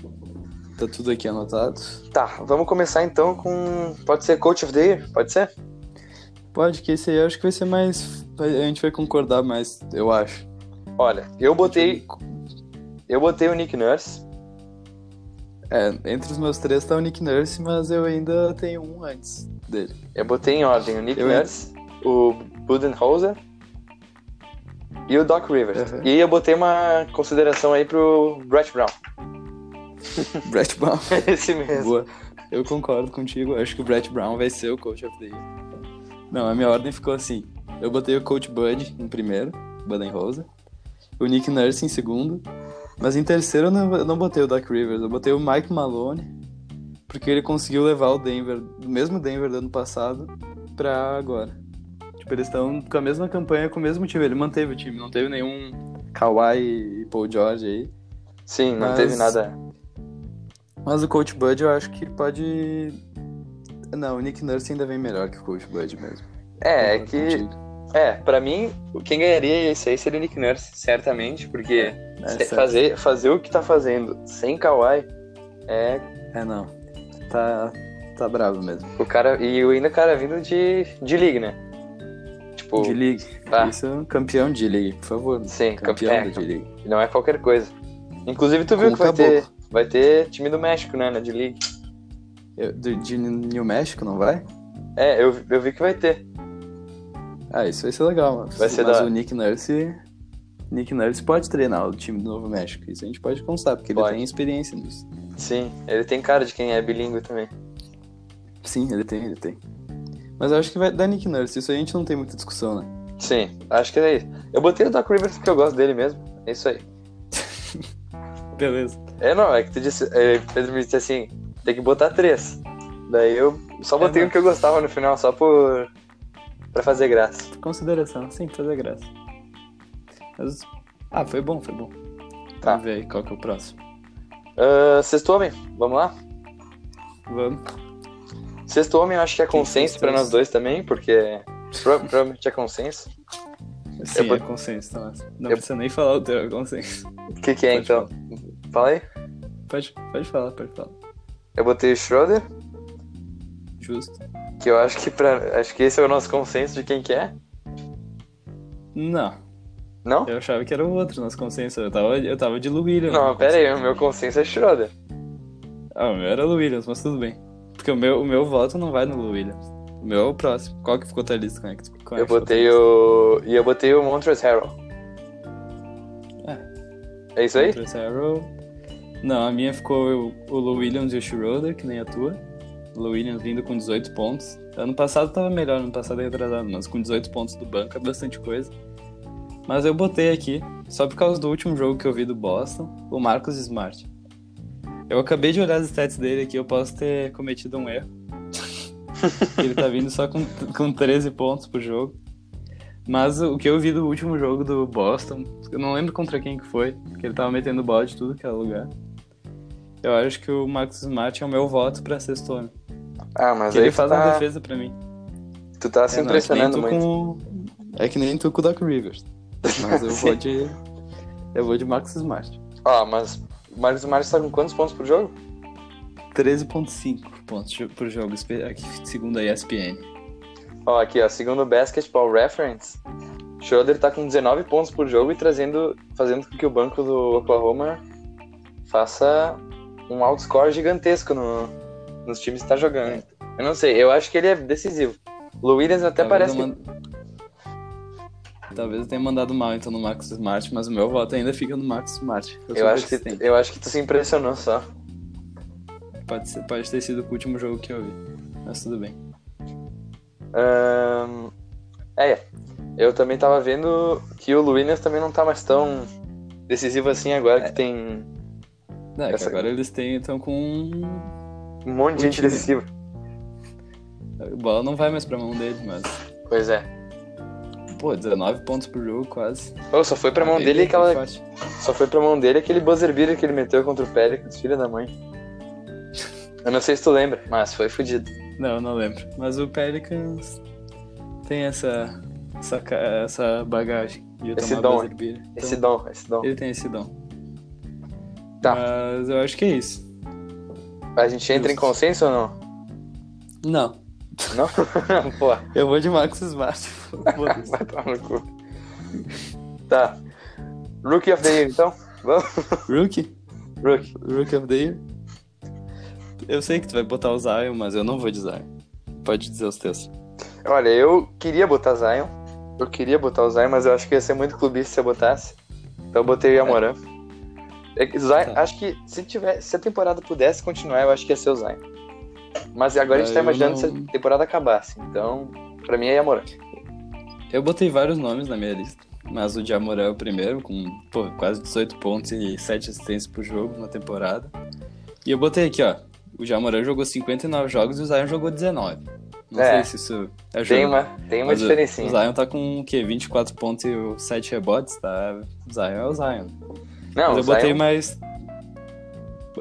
Speaker 2: Tá tudo aqui anotado.
Speaker 1: Tá, vamos começar então com. Pode ser Coach of the Year? Pode ser?
Speaker 2: Pode, que esse aí eu acho que vai ser mais. vai- A gente vai concordar mais, eu acho. Tipo,
Speaker 1: Olha, eu botei. Eu botei o Nick Nurse.
Speaker 2: É, entre os meus três tá o Nick Nurse, mas eu ainda tenho um antes dele.
Speaker 1: Eu botei em ordem o Nick
Speaker 2: Eu-
Speaker 1: Nurse, o Budenholzer e o Doc Rivers.
Speaker 2: Uhum.
Speaker 1: E eu botei uma consideração aí pro Brett Brown.
Speaker 2: Brett Brown.
Speaker 1: Esse mesmo.
Speaker 2: Boa. Eu concordo contigo. Acho que o Brett Brown vai ser o coach of the year. Não, a minha ordem ficou assim. Eu botei o coach Bud em primeiro, Rosa. O Nick Nurse em segundo. Mas em terceiro eu não, eu não botei o Doc Rivers. Eu botei o Mike Malone. Porque ele conseguiu levar o Denver, o mesmo Denver do ano passado, pra agora. Tipo, eles estão com a mesma campanha, com o mesmo time. Ele manteve o time, não teve nenhum Kawhi e Paul George aí.
Speaker 1: Sim, não
Speaker 2: Mas-
Speaker 1: teve nada.
Speaker 2: Mas o Coach Bud eu acho que pode. Não, o Nick Nurse ainda vem melhor que o Coach Bud mesmo.
Speaker 1: É, é
Speaker 2: Concordo
Speaker 1: que.
Speaker 2: contigo.
Speaker 1: É, pra mim, quem ganharia isso aí seria o Nick Nurse, certamente, porque
Speaker 2: É,
Speaker 1: se-
Speaker 2: certo.
Speaker 1: fazer, fazer o que tá fazendo sem Kawhi é
Speaker 2: É, não. Tá, tá bravo mesmo.
Speaker 1: O cara. E ainda o cara vindo de, de League, né? Tipo,
Speaker 2: De League.
Speaker 1: Tá.
Speaker 2: Isso é um campeão de League, por favor.
Speaker 1: sim,
Speaker 2: Campeão
Speaker 1: campeão.
Speaker 2: da de League.
Speaker 1: Não é qualquer coisa. Inclusive, tu viu
Speaker 2: Com
Speaker 1: que vai
Speaker 2: o caboclo.
Speaker 1: ter, vai ter time do México, né? Na de League.
Speaker 2: Eu- do- de New México, não vai?
Speaker 1: É, eu, eu vi que vai ter.
Speaker 2: Ah, isso vai ser legal, mano.
Speaker 1: Vai ser
Speaker 2: Mas
Speaker 1: da-
Speaker 2: o Nick Nurse. Nick Nurse pode treinar o time do Novo México. Isso a gente pode constar, porque
Speaker 1: Pode.
Speaker 2: ele tem experiência nisso.
Speaker 1: Sim, ele tem cara de quem é bilíngue também.
Speaker 2: Sim, ele tem, ele tem. Mas eu acho que vai dar Nick Nurse. Isso aí a gente não tem muita discussão, né?
Speaker 1: Sim, acho que é isso. Eu botei o Doc Rivers porque eu gosto dele mesmo. É isso aí.
Speaker 2: Beleza.
Speaker 1: É, não, é que tu disse. é, Pedro me disse assim: Tem que botar três. Daí eu só
Speaker 2: É,
Speaker 1: botei o
Speaker 2: mas-
Speaker 1: que eu gostava no final, só por. pra fazer graça.
Speaker 2: Consideração, sim, fazer graça. Mas- Ah, foi bom, foi bom.
Speaker 1: Tá.
Speaker 2: Vamos ver aí qual que é o próximo.
Speaker 1: Ah, sexto homem, vamos lá?
Speaker 2: Vamos.
Speaker 1: Sexto homem eu acho que é consenso
Speaker 2: sexto
Speaker 1: pra
Speaker 2: é
Speaker 1: nós
Speaker 2: esse?
Speaker 1: dois também, porque. prova- Provavelmente é consenso.
Speaker 2: Sim,
Speaker 1: vou-
Speaker 2: é consenso, Tomás. Não
Speaker 1: Eu-
Speaker 2: precisa nem falar o teu, é consenso.
Speaker 1: O que, que é
Speaker 2: Pode
Speaker 1: então? Fala aí.
Speaker 2: Pode, pode falar, pode falar.
Speaker 1: Eu botei o Schroeder,
Speaker 2: Justo.
Speaker 1: que eu acho que pra. Acho que esse é o nosso consenso de quem que é.
Speaker 2: Não,
Speaker 1: Não?
Speaker 2: eu achava que era o outro, nosso consenso. Eu tava, eu tava de Lou Williams.
Speaker 1: Não, pera aí, o meu consenso é Schroeder.
Speaker 2: Ah, o meu era Lou Williams, mas tudo bem. Porque o meu, o meu voto não vai no Lou Williams. O meu é o próximo. Qual que ficou tua lista? Como é que tu- como é
Speaker 1: Eu
Speaker 2: que ficou
Speaker 1: botei
Speaker 2: tua
Speaker 1: o. E eu botei o Montrezl Harrell. É. isso aí?
Speaker 2: lista? Montrezl Harrell. Não, a minha ficou o, o Lou Williams e o Schroeder, que nem a tua. O Lou Williams vindo com 18 pontos. Ano passado tava melhor, ano passado é retrasado, mas com 18 pontos do banco é bastante coisa. Mas eu botei aqui, só por causa do último jogo que eu vi do Boston, o Marcos Smart. Eu acabei de olhar as stats dele aqui, eu posso ter cometido um erro. Ele tá vindo só com, com 13 pontos por jogo. Mas o que eu vi do último jogo do Boston, eu não lembro contra quem que foi, porque ele tava metendo bola de tudo que era lugar. Eu acho que o Marcos Smart é o meu voto pra sexto homem.
Speaker 1: Ah, mas
Speaker 2: Porque
Speaker 1: aí
Speaker 2: ele
Speaker 1: tu
Speaker 2: faz uma
Speaker 1: tá,
Speaker 2: defesa pra mim.
Speaker 1: tu tá se
Speaker 2: É, não, é que nem
Speaker 1: impressionando
Speaker 2: tu
Speaker 1: muito.
Speaker 2: com- É que nem tu com o Doc Rivers. Mas eu vou
Speaker 1: Sim.
Speaker 2: de. Eu vou de Marcos Smart.
Speaker 1: Ó, mas o Marcos Marques tá com quantos pontos por jogo?
Speaker 2: 13.5 pontos jo- por jogo, espe- aqui, segundo a ESPN.
Speaker 1: Ó, aqui, ó, segundo o Basketball Reference, Schroeder tá com 19 pontos por jogo e trazendo, fazendo com que o banco do Oklahoma faça um outscore gigantesco no, nos times que tá jogando. Eu não sei, eu acho que ele é decisivo. Lou Williams até
Speaker 2: Talvez
Speaker 1: parece
Speaker 2: eu
Speaker 1: que
Speaker 2: mand- Talvez eu tenha mandado mal então no Marcos Smart, mas o meu voto ainda fica no Marcos Smart. sou
Speaker 1: Eu acho, que,
Speaker 2: persistente.
Speaker 1: eu acho que tu se impressionou só.
Speaker 2: Pode, ser- pode ter sido o último jogo que eu vi. Mas tudo bem.
Speaker 1: Ahn, é, eu também tava vendo que o Williams também não tá mais tão decisivo assim agora que tem
Speaker 2: É, que
Speaker 1: Essa-
Speaker 2: agora eles têm, então com.
Speaker 1: um monte de
Speaker 2: O
Speaker 1: gente
Speaker 2: time.
Speaker 1: decisiva.
Speaker 2: A bola não vai mais pra mão dele, mas.
Speaker 1: Pois é.
Speaker 2: Pô, 19 pontos por jogo, quase.
Speaker 1: Pô, só foi pra mão
Speaker 2: Ah,
Speaker 1: dele
Speaker 2: ele- ele
Speaker 1: aquela.
Speaker 2: é forte.
Speaker 1: Tá Só foi pra mão dele aquele buzzer beater que ele meteu contra o Pelicans, filha da mãe. Eu não sei se tu lembra, mas foi fudido.
Speaker 2: Não, eu não lembro. Mas o Pelicans tem essa. Essa, ca- essa bagagem de
Speaker 1: Esse
Speaker 2: tomar
Speaker 1: dom,
Speaker 2: buzzer beater. Então,
Speaker 1: Esse dom, esse dom.
Speaker 2: Ele tem esse dom.
Speaker 1: Tá.
Speaker 2: Mas eu acho que é isso.
Speaker 1: A gente entra em
Speaker 2: Justo.
Speaker 1: consenso ou não?
Speaker 2: Não.
Speaker 1: Não? Pô,
Speaker 2: Eu vou de Marcos Smart. Foda-se.
Speaker 1: vai tomar no cu. Tá. Rookie of the Year, então? Vamos?
Speaker 2: Rookie?
Speaker 1: Rookie.
Speaker 2: Rookie of the Year? Eu sei que tu vai botar o Zion, mas eu não vou de Zion. Pode dizer os teus.
Speaker 1: Olha, eu queria botar Zion. Eu queria botar o Zion, mas eu acho que ia ser muito clubista se eu botasse. Então eu botei o Yamoran. É que Zion,
Speaker 2: Tá.
Speaker 1: acho que se, tiver, se a temporada pudesse continuar, eu acho que ia ser o Zion. Mas agora a gente tá
Speaker 2: Eu
Speaker 1: imaginando
Speaker 2: não-
Speaker 1: se a temporada acabasse. Então, pra mim é Yamoran.
Speaker 2: Eu botei vários nomes na minha lista, mas o Jamoran é o primeiro, com pô, quase 18 pontos e 7 assistências por jogo na temporada. E eu botei aqui, ó. O Jamoran jogou 59 jogos e o Zion jogou 19. Não
Speaker 1: É.
Speaker 2: sei se isso é
Speaker 1: Tem
Speaker 2: jogo,
Speaker 1: uma, tem uma
Speaker 2: mas o-
Speaker 1: diferencinha.
Speaker 2: O Zion tá com o quê? 24 pontos e 7 rebotes, tá? O Zion é o Zion.
Speaker 1: Não,
Speaker 2: Mas
Speaker 1: o
Speaker 2: eu botei
Speaker 1: Zion,
Speaker 2: mais.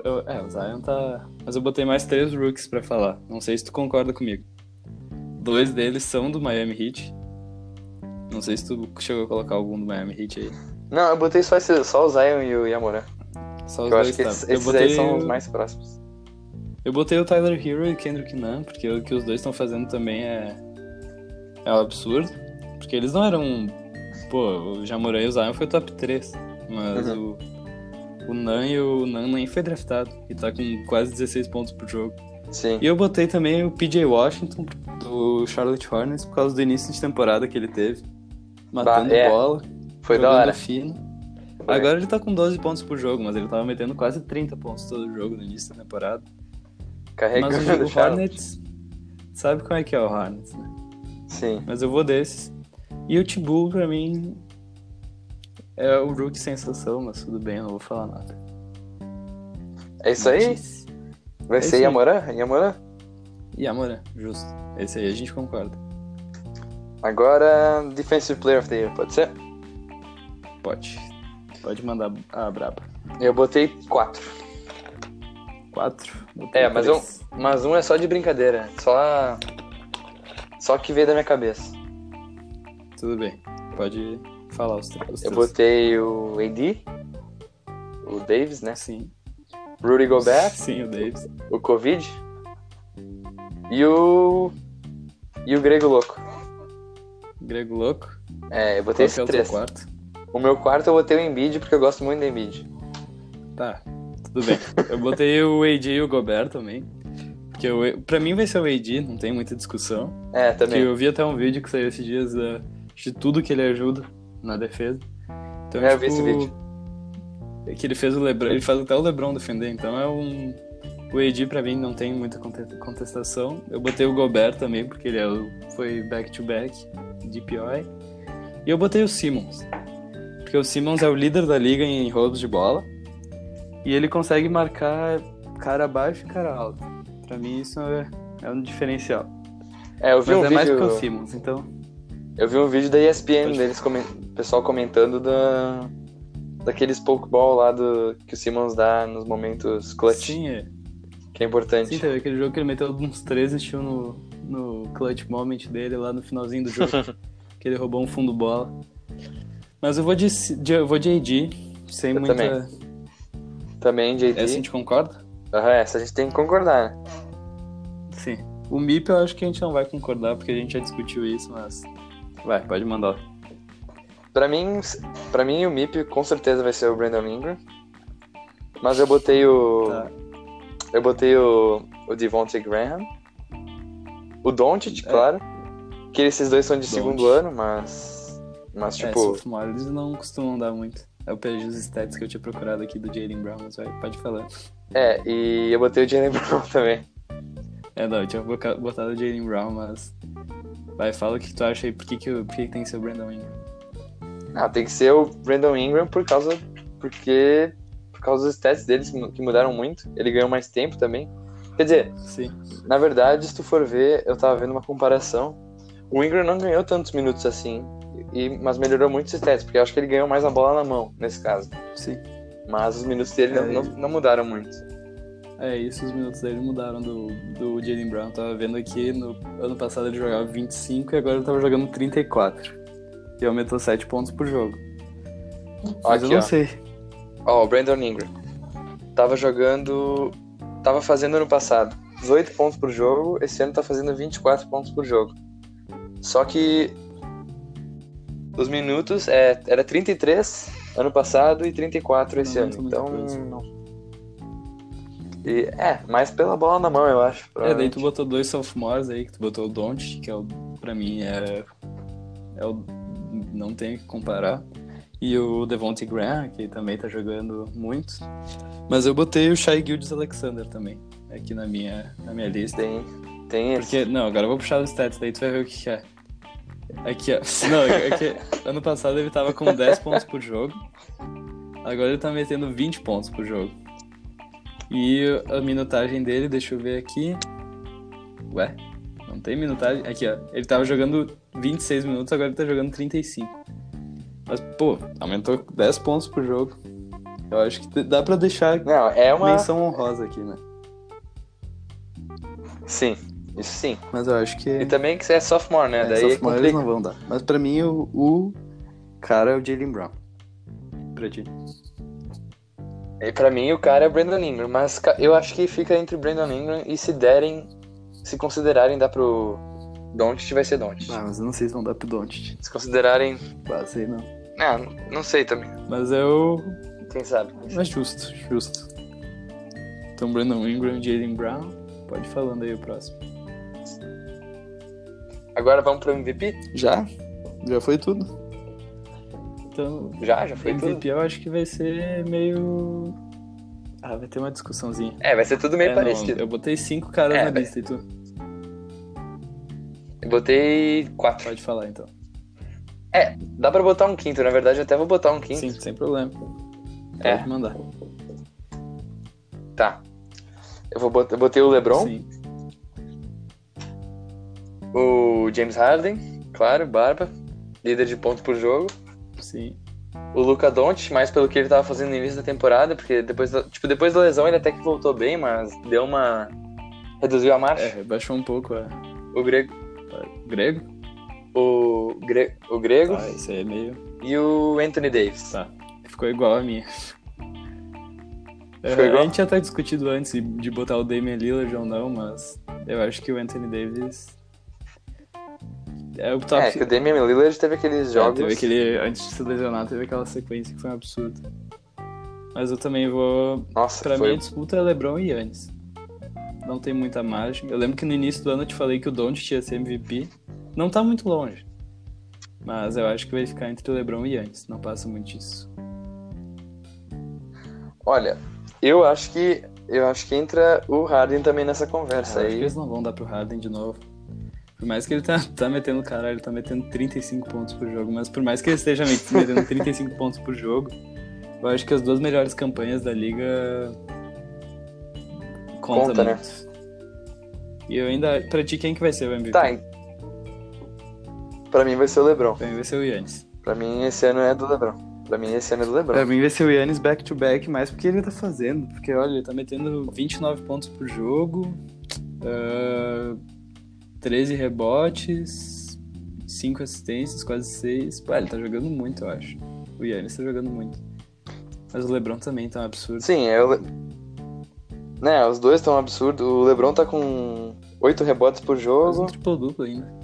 Speaker 2: eu- é, o Zion tá. Mas eu botei mais três rookies pra falar. Não sei se tu concorda comigo. Dois deles são do Miami Heat. Não sei se tu chegou a colocar algum do Miami Heat aí.
Speaker 1: não, eu botei só, esse, só o Zion e o Yamoran.
Speaker 2: Só os
Speaker 1: Eu acho
Speaker 2: dois
Speaker 1: que
Speaker 2: tá.
Speaker 1: esses,
Speaker 2: eu,
Speaker 1: esses aí
Speaker 2: botei,
Speaker 1: são os mais próximos.
Speaker 2: eu botei o Tyler Hero e o Kendrick Nunn, porque o que os dois estão fazendo também é. É um absurdo. Porque eles não eram. Pô, o Jamoran e o Zion foi top 3. Mas
Speaker 1: Uhum.
Speaker 2: o. O Nan e o Nan nem foi draftado. E tá com quase 16 pontos por jogo.
Speaker 1: Sim.
Speaker 2: E eu botei também o PJ Washington do Charlotte Hornets por causa do início de temporada que ele teve. Matando
Speaker 1: Bah, é.
Speaker 2: bola,
Speaker 1: Foi da
Speaker 2: jogando
Speaker 1: hora.
Speaker 2: fino.
Speaker 1: Foi.
Speaker 2: Agora ele tá com 12 pontos por jogo, mas ele tava metendo quase 30 pontos todo jogo no início da temporada. Mas o
Speaker 1: Carregando
Speaker 2: jogo
Speaker 1: É o Charlotte.
Speaker 2: Hornets, sabe como é que é o Hornets, né?
Speaker 1: Sim.
Speaker 2: Mas eu vou desses. E o Tibu, pra mim, é o rookie sensação, mas tudo bem, eu não vou falar nada.
Speaker 1: É isso aí?
Speaker 2: Notícias.
Speaker 1: Vai
Speaker 2: É isso
Speaker 1: ser
Speaker 2: aí.
Speaker 1: Yamorã? Yamorã?
Speaker 2: E Amora, justo. Esse aí a gente concorda.
Speaker 1: Agora, Defensive Player of the Year, pode ser?
Speaker 2: Pode. Pode mandar a braba.
Speaker 1: Eu botei quatro.
Speaker 2: Quatro. botei
Speaker 1: É, mas, eu,
Speaker 2: três.
Speaker 1: mas um é só de brincadeira. Só. Só que veio da minha cabeça.
Speaker 2: Tudo bem. Pode falar os tre- os três.
Speaker 1: Eu botei o AD, o Davis, né?
Speaker 2: Sim.
Speaker 1: Rudy Gobert,
Speaker 2: Sim, o Davis.
Speaker 1: o Covid e o. E o Grego Louco.
Speaker 2: Grego Louco.
Speaker 1: É, eu botei
Speaker 2: Qual que
Speaker 1: esses
Speaker 2: é o teu
Speaker 1: três.
Speaker 2: quarto?
Speaker 1: O meu quarto eu botei o Embiid porque eu gosto muito do Embiid.
Speaker 2: Tá, tudo bem. Eu botei o AD e o Gobert também. Porque eu, pra mim vai ser o AD, não tem muita discussão.
Speaker 1: É,
Speaker 2: Porque
Speaker 1: também.
Speaker 2: eu vi até um vídeo que saiu esses dias da- de tudo que ele ajuda na defesa. Então,
Speaker 1: É,
Speaker 2: tipo,
Speaker 1: eu vi esse vídeo.
Speaker 2: é que ele fez o Lebron, ele faz até o Lebron defender, então é um. O AD pra mim não tem muita conte- contestação. Eu botei o Gobert também, porque ele é o- foi back-to-back, DPI. E eu botei o Simmons. Porque o Simmons é o líder da liga em roubos de bola. E ele consegue marcar cara baixo e cara alto. Pra mim isso é, é um diferencial.
Speaker 1: É, eu vi
Speaker 2: Mas
Speaker 1: um
Speaker 2: é mais que o
Speaker 1: vídeo.
Speaker 2: Simmons, então.
Speaker 1: Eu vi um vídeo da ESPN
Speaker 2: Pode-
Speaker 1: deles comen- pessoal comentando da daqueles pokeball lá do que o Simmons dá nos momentos clutch,
Speaker 2: Sim, é.
Speaker 1: que é importante.
Speaker 2: Sim, teve aquele jogo que ele meteu uns 13 estilos no, no clutch moment dele lá no finalzinho do jogo. que ele roubou um fundo bola. Mas eu vou de, de- eu vou de AD, sem
Speaker 1: Eu
Speaker 2: muita.
Speaker 1: também. Também, JD.
Speaker 2: Essa a gente concorda?
Speaker 1: Aham, essa a gente tem que concordar. né?
Speaker 2: Sim. O MIP eu acho que a gente não vai concordar, porque a gente já discutiu isso, mas. Vai, pode mandar.
Speaker 1: Pra mim, para mim o MIP com certeza vai ser o Brandon Ingram. Mas eu botei o
Speaker 2: Tá.
Speaker 1: eu botei o, o Devontae Graham. O Doncic,
Speaker 2: É.
Speaker 1: claro. Que esses dois são de segundo
Speaker 2: Doncic.
Speaker 1: ano, mas mas
Speaker 2: É,
Speaker 1: tipo,
Speaker 2: sophomore, eles não costumam dar muito. É Eu perdi os stats que eu tinha procurado aqui do Jalen Brown, mas vai, pode falar.
Speaker 1: é, e eu botei o Jalen Brown também.
Speaker 2: É, não, eu tinha boca- botado o Jalen Brown, mas. Vai, fala o que tu acha aí, por que, que, eu- por que, que tem que ser o Brandon Ingram?
Speaker 1: Ah, tem que ser o Brandon Ingram por causa. Porque. Por causa dos stats deles que mu- que mudaram muito. Ele ganhou mais tempo também. Quer dizer,
Speaker 2: Sim.
Speaker 1: na verdade, se tu for ver, eu tava vendo uma comparação. O Ingram não ganhou tantos minutos assim. E, mas melhorou muito os stats, porque eu acho que ele ganhou mais a bola na mão, nesse caso.
Speaker 2: Sim.
Speaker 1: Mas os minutos dele não,
Speaker 2: É,
Speaker 1: não- não mudaram muito.
Speaker 2: É, isso os minutos dele mudaram do, do Jalen Brown. Tava vendo aqui, no ano passado ele jogava 25 e agora ele tava jogando 34. E aumentou 7 pontos por jogo. Mas eu
Speaker 1: Aqui,
Speaker 2: não
Speaker 1: ó.
Speaker 2: sei.
Speaker 1: Ó, o Brandon Ingram. Tava jogando. Tava fazendo ano passado 18 pontos por jogo, esse ano tá fazendo 24 pontos por jogo. Só que. Os minutos é, era 33 ano passado e 34 esse
Speaker 2: Não
Speaker 1: ano.
Speaker 2: aumenta
Speaker 1: Então.
Speaker 2: muita coisa.
Speaker 1: Não. E, é, mais pela bola na mão, eu acho.
Speaker 2: É, daí tu botou dois sophomores aí, que tu botou o Don't, que é o, pra mim é, é o. Não tem o que comparar. E o Devontae Graham, que também tá jogando muito. Mas eu botei o Shai Gildes Alexander também, aqui na minha, na minha lista.
Speaker 1: Tem, tem esse.
Speaker 2: Porque, não, agora eu vou puxar os stats, daí tu vai ver o que que é. Aqui, ó. Não, é que ano passado ele tava com 10 pontos por jogo. Agora ele tá metendo 20 pontos por jogo. E a minutagem dele, deixa eu ver aqui. Ué, não tem minutagem? Aqui, ó. Ele tava jogando 26 minutos, agora ele tá jogando 35. Mas, pô, aumentou 10 pontos por jogo. Eu acho que dá pra deixar
Speaker 1: Não, é uma.
Speaker 2: menção honrosa aqui, né?
Speaker 1: Sim, isso sim.
Speaker 2: Mas eu acho que.
Speaker 1: E também que você é sophomore, né?
Speaker 2: É,
Speaker 1: daí
Speaker 2: sophomore eles
Speaker 1: complica.
Speaker 2: não vão dar. Mas pra mim, o, o cara é o Jalen Brown. Pra ti.
Speaker 1: E pra mim o cara é Brandon Ingram, mas ca- eu acho que fica entre Brandon Ingram e se derem, se considerarem dar pro Doncic vai ser Doncic.
Speaker 2: Ah, mas eu não sei se vão dar pro Doncic.
Speaker 1: Se considerarem,
Speaker 2: Ah, sei não.
Speaker 1: ah, não sei também,
Speaker 2: Mas é o...
Speaker 1: quem sabe.
Speaker 2: Mas justo, justo. Então, Brandon Ingram, Jalen Brown. Pode ir falando aí o próximo.
Speaker 1: Agora vamos pro MVP?
Speaker 2: Já? Já foi tudo. Então,
Speaker 1: Já, já foi
Speaker 2: MVP
Speaker 1: tudo.
Speaker 2: eu acho que vai ser meio... Ah, vai ter uma discussãozinha.
Speaker 1: É, vai ser tudo meio
Speaker 2: É, não,
Speaker 1: parecido.
Speaker 2: eu botei cinco caras
Speaker 1: É,
Speaker 2: na
Speaker 1: vai-
Speaker 2: lista e tu
Speaker 1: Eu botei quatro.
Speaker 2: pode falar então.
Speaker 1: Dá pra botar um quinto, na verdade eu até vou botar um quinto.
Speaker 2: Sim, sem problema.
Speaker 1: É.
Speaker 2: Pode mandar.
Speaker 1: Tá. Eu vou bot- eu botei o LeBron,
Speaker 2: Sim.
Speaker 1: o James Harden, claro, barba, líder de pontos por jogo.
Speaker 2: Sim.
Speaker 1: O Luca Doncic, mais pelo que ele tava fazendo no início da temporada, porque depois da, tipo, depois da lesão ele até que voltou bem, mas deu uma... reduziu a marcha.
Speaker 2: É, baixou um pouco a
Speaker 1: O grego...
Speaker 2: grego.
Speaker 1: O, gre, o grego
Speaker 2: Ah, isso aí é meio.
Speaker 1: e o Anthony Davis.
Speaker 2: Tá. Ficou igual a minha.
Speaker 1: Ficou
Speaker 2: É,
Speaker 1: igual?
Speaker 2: A gente já tá discutido antes de botar o Damian Lillard ou não, mas eu acho que o Anthony Davis é o top.
Speaker 1: É, que o Damian Lillard teve aqueles
Speaker 2: É,
Speaker 1: jogos...
Speaker 2: teve aquele, antes de se lesionar, teve aquela sequência que foi um absurdo. Mas eu também vou.
Speaker 1: Nossa,
Speaker 2: Pra mim,
Speaker 1: foi...
Speaker 2: a disputa é LeBron e Yannis. Não tem muita margem. Eu lembro que no início do ano eu te falei que o Doncic ia ser MVP. Não tá muito longe. Mas eu acho que vai ficar entre LeBron e Yannis. Não passa muito disso.
Speaker 1: Olha, eu acho que... Eu acho que entra o Harden também nessa conversa
Speaker 2: É, eu acho que
Speaker 1: aí.
Speaker 2: eles não vão dar pro Harden de novo. Por mais que ele tá, tá metendo caralho, ele tá metendo 35 pontos por jogo, mas por mais que ele esteja met- metendo 35 pontos por jogo, eu acho que as duas melhores campanhas da liga conta,
Speaker 1: Conta, né?
Speaker 2: muito. E eu ainda. Pra ti, quem que vai ser o MVP?
Speaker 1: Tá, en- pra mim vai ser o LeBron.
Speaker 2: Pra mim vai ser o Yannis.
Speaker 1: Pra mim esse ano é do LeBron. Pra mim esse ano é do LeBron.
Speaker 2: Pra mim vai ser o Yannis back-to-back, mas porque ele tá fazendo. Porque, olha, ele tá metendo 29 pontos por jogo, ah, 13 rebotes, 5 assistências, quase 6. Pô, ele tá jogando muito, eu acho. O Yannis tá jogando muito. Mas o LeBron também tá um absurdo.
Speaker 1: Sim, é o Le... né, os dois estão absurdos. O LeBron tá com oito rebotes por
Speaker 2: Faz um
Speaker 1: jogo.
Speaker 2: triplo-duplo ainda.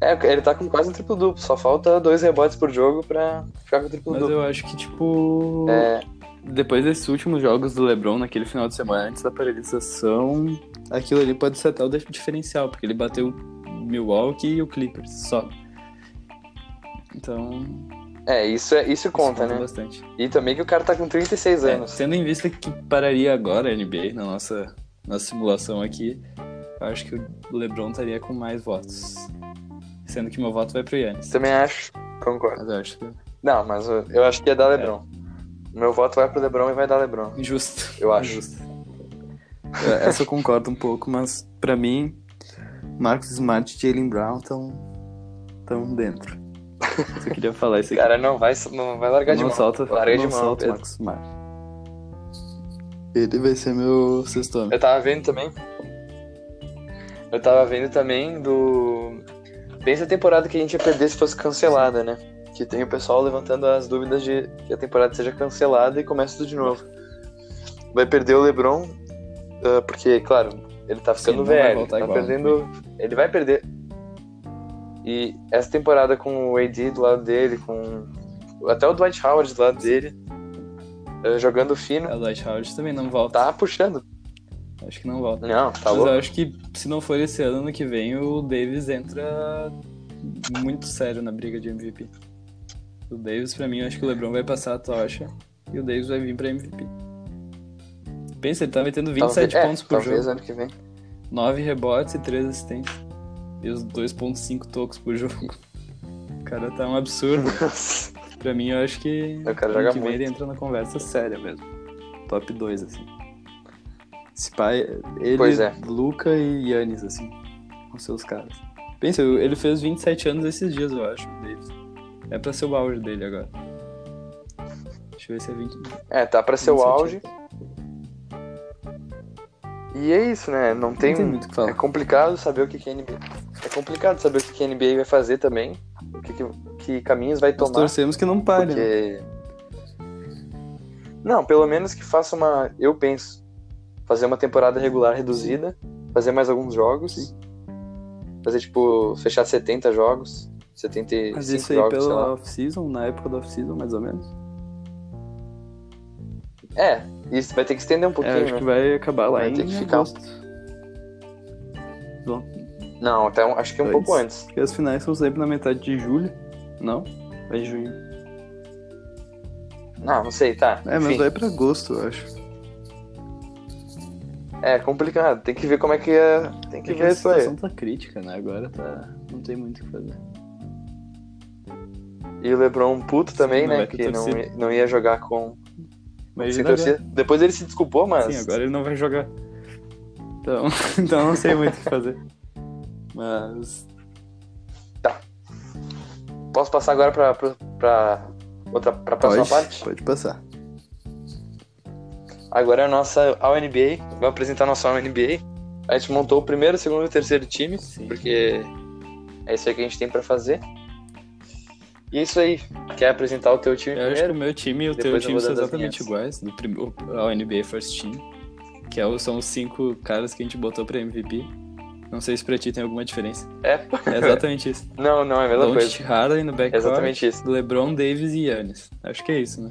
Speaker 1: É, ele tá com quase um triplo duplo. Só falta dois rebotes por jogo pra ficar com triplo
Speaker 2: Mas
Speaker 1: duplo.
Speaker 2: eu acho que, tipo...
Speaker 1: É,
Speaker 2: Depois desses últimos jogos do LeBron, naquele final de semana antes da paralisação, aquilo ali pode ser até o dif- diferencial, porque ele bateu o Milwaukee e o Clippers só. Então, isso
Speaker 1: é, isso é isso conta, né?
Speaker 2: bastante.
Speaker 1: E também que o cara tá com 36
Speaker 2: É,
Speaker 1: anos.
Speaker 2: tendo em vista que pararia agora a NBA na nossa, nossa simulação aqui, eu acho que o LeBron estaria com mais votos. Sendo que meu voto vai pro Yannis.
Speaker 1: Também acho. Concordo.
Speaker 2: Mas eu acho que
Speaker 1: Não, mas eu, eu acho que ia dar LeBron.
Speaker 2: É.
Speaker 1: Meu voto vai pro LeBron e vai dar LeBron.
Speaker 2: Justo.
Speaker 1: Eu acho.
Speaker 2: Justo. É, Essa eu concordo um pouco, mas pra mim, Marcos Smart e Jalen Brown estão tão dentro. Só queria falar
Speaker 1: O
Speaker 2: isso aqui.
Speaker 1: cara não vai, não vai largar de
Speaker 2: não
Speaker 1: mão.
Speaker 2: solta,
Speaker 1: Larga
Speaker 2: não
Speaker 1: de mão,
Speaker 2: solta o
Speaker 1: Pedro.
Speaker 2: Marcos Smart. Ele vai ser meu sexto homem.
Speaker 1: Eu tava vendo também. Eu tava vendo também do. Pensa a temporada que a gente ia perder se fosse cancelada, né? Que tem o pessoal levantando as dúvidas de que a temporada seja cancelada e começa tudo de novo. Vai perder o LeBron, ah, porque, claro, ele tá
Speaker 2: Sim,
Speaker 1: ficando
Speaker 2: não vai
Speaker 1: velho.
Speaker 2: voltar
Speaker 1: Tá
Speaker 2: igual,
Speaker 1: perdendo. Ele vai perder. E essa temporada com o AD do lado dele, com. Até o Dwight Howard do lado dele, ah, jogando fino,
Speaker 2: O Dwight Howard também não volta.
Speaker 1: tá puxando.
Speaker 2: Acho que não volta.
Speaker 1: Não, tá
Speaker 2: Mas
Speaker 1: louco.
Speaker 2: eu acho que se não for esse ano, ano que vem, o Davis entra muito sério na briga de MVP. O Davis, pra mim, eu acho que o LeBron vai passar a tocha e o Davis vai vir pra MVP. Pensa, ele tá metendo 27
Speaker 1: Talvez-
Speaker 2: pontos
Speaker 1: é,
Speaker 2: por
Speaker 1: talvez é.
Speaker 2: jogo,
Speaker 1: ano que vem.
Speaker 2: 9 rebotes e 3 assistências. E os 2.5 tocos por jogo. O cara tá um absurdo. pra mim, eu acho que
Speaker 1: O cara
Speaker 2: ano
Speaker 1: joga
Speaker 2: que vem
Speaker 1: muito.
Speaker 2: ele entra na conversa séria mesmo. Top 2, assim. Esse pai, ele,
Speaker 1: Pois é.
Speaker 2: Luca e Yannis, assim, com seus caras. Pensa, ele fez 27 anos esses dias, eu acho, o Davis. É pra ser o auge dele agora. Deixa eu ver se é 20.
Speaker 1: É, tá pra ser o
Speaker 2: 27
Speaker 1: auge.
Speaker 2: anos.
Speaker 1: E é isso, né? Não tem,
Speaker 2: Não tem muito o que falar.
Speaker 1: É complicado saber o que, que a NBA. É complicado saber o que, que a NBA vai fazer também. O que, que, que caminhos vai
Speaker 2: Nós
Speaker 1: tomar.
Speaker 2: torcemos que não pare, né?
Speaker 1: Porque... Não, pelo menos que faça uma. Eu penso. Fazer uma temporada regular reduzida. Fazer mais alguns jogos. Fazer, tipo, fechar 70 jogos. 75
Speaker 2: Mas isso aí
Speaker 1: jogos, sei lá.
Speaker 2: pela off-season, na época da off-season, mais ou menos.
Speaker 1: É, isso vai ter que estender um pouquinho,
Speaker 2: é, acho
Speaker 1: né?
Speaker 2: que vai acabar lá
Speaker 1: Vai
Speaker 2: em
Speaker 1: ter que ficar.
Speaker 2: agosto. Bom,
Speaker 1: Não, até um- acho que um
Speaker 2: Antes.
Speaker 1: pouco antes.
Speaker 2: porque as finais são sempre na metade de julho. Não? É junho.
Speaker 1: Não, não sei, tá.
Speaker 2: É, mas
Speaker 1: Enfim,
Speaker 2: vai pra agosto, eu acho.
Speaker 1: é complicado. Tem que ver como é que é. Tem que
Speaker 2: É que
Speaker 1: ver
Speaker 2: a
Speaker 1: isso aí.
Speaker 2: situação tá crítica, né? Agora tá. Não tem muito o que fazer.
Speaker 1: E o Lebron puto também,
Speaker 2: não
Speaker 1: né?
Speaker 2: vai ter
Speaker 1: Que não,
Speaker 2: torcida.
Speaker 1: não ia jogar com. sem
Speaker 2: Imagina
Speaker 1: torcida. Depois ele se desculpou, mas.
Speaker 2: Sim, agora ele não vai jogar. Então, então não sei muito o que fazer. Mas.
Speaker 1: Posso passar agora pra, pra, pra outra, pra próxima Tá parte?
Speaker 2: pode passar.
Speaker 1: Agora é a nossa All NBA. Vou apresentar a nossa All NBA. A gente montou o primeiro, o segundo e o terceiro time,
Speaker 2: Sim.
Speaker 1: porque é isso aí que a gente tem pra fazer. E é isso aí. Quer apresentar o teu time
Speaker 2: Eu acho que
Speaker 1: primeiro?
Speaker 2: o meu time e o
Speaker 1: Depois
Speaker 2: teu
Speaker 1: eu
Speaker 2: time
Speaker 1: vou
Speaker 2: são
Speaker 1: dar das
Speaker 2: exatamente iguais. Do prim... o- ao NBA First Team. Que é o- são os cinco caras que a gente botou pra MVP. Não sei se pra ti tem alguma diferença.
Speaker 1: É?
Speaker 2: É exatamente isso.
Speaker 1: Não, não, é a mesma coisa.
Speaker 2: Don't Harden no
Speaker 1: É
Speaker 2: backcourt.
Speaker 1: exatamente isso.
Speaker 2: LeBron, Davis e Yannis. Acho que é isso, né?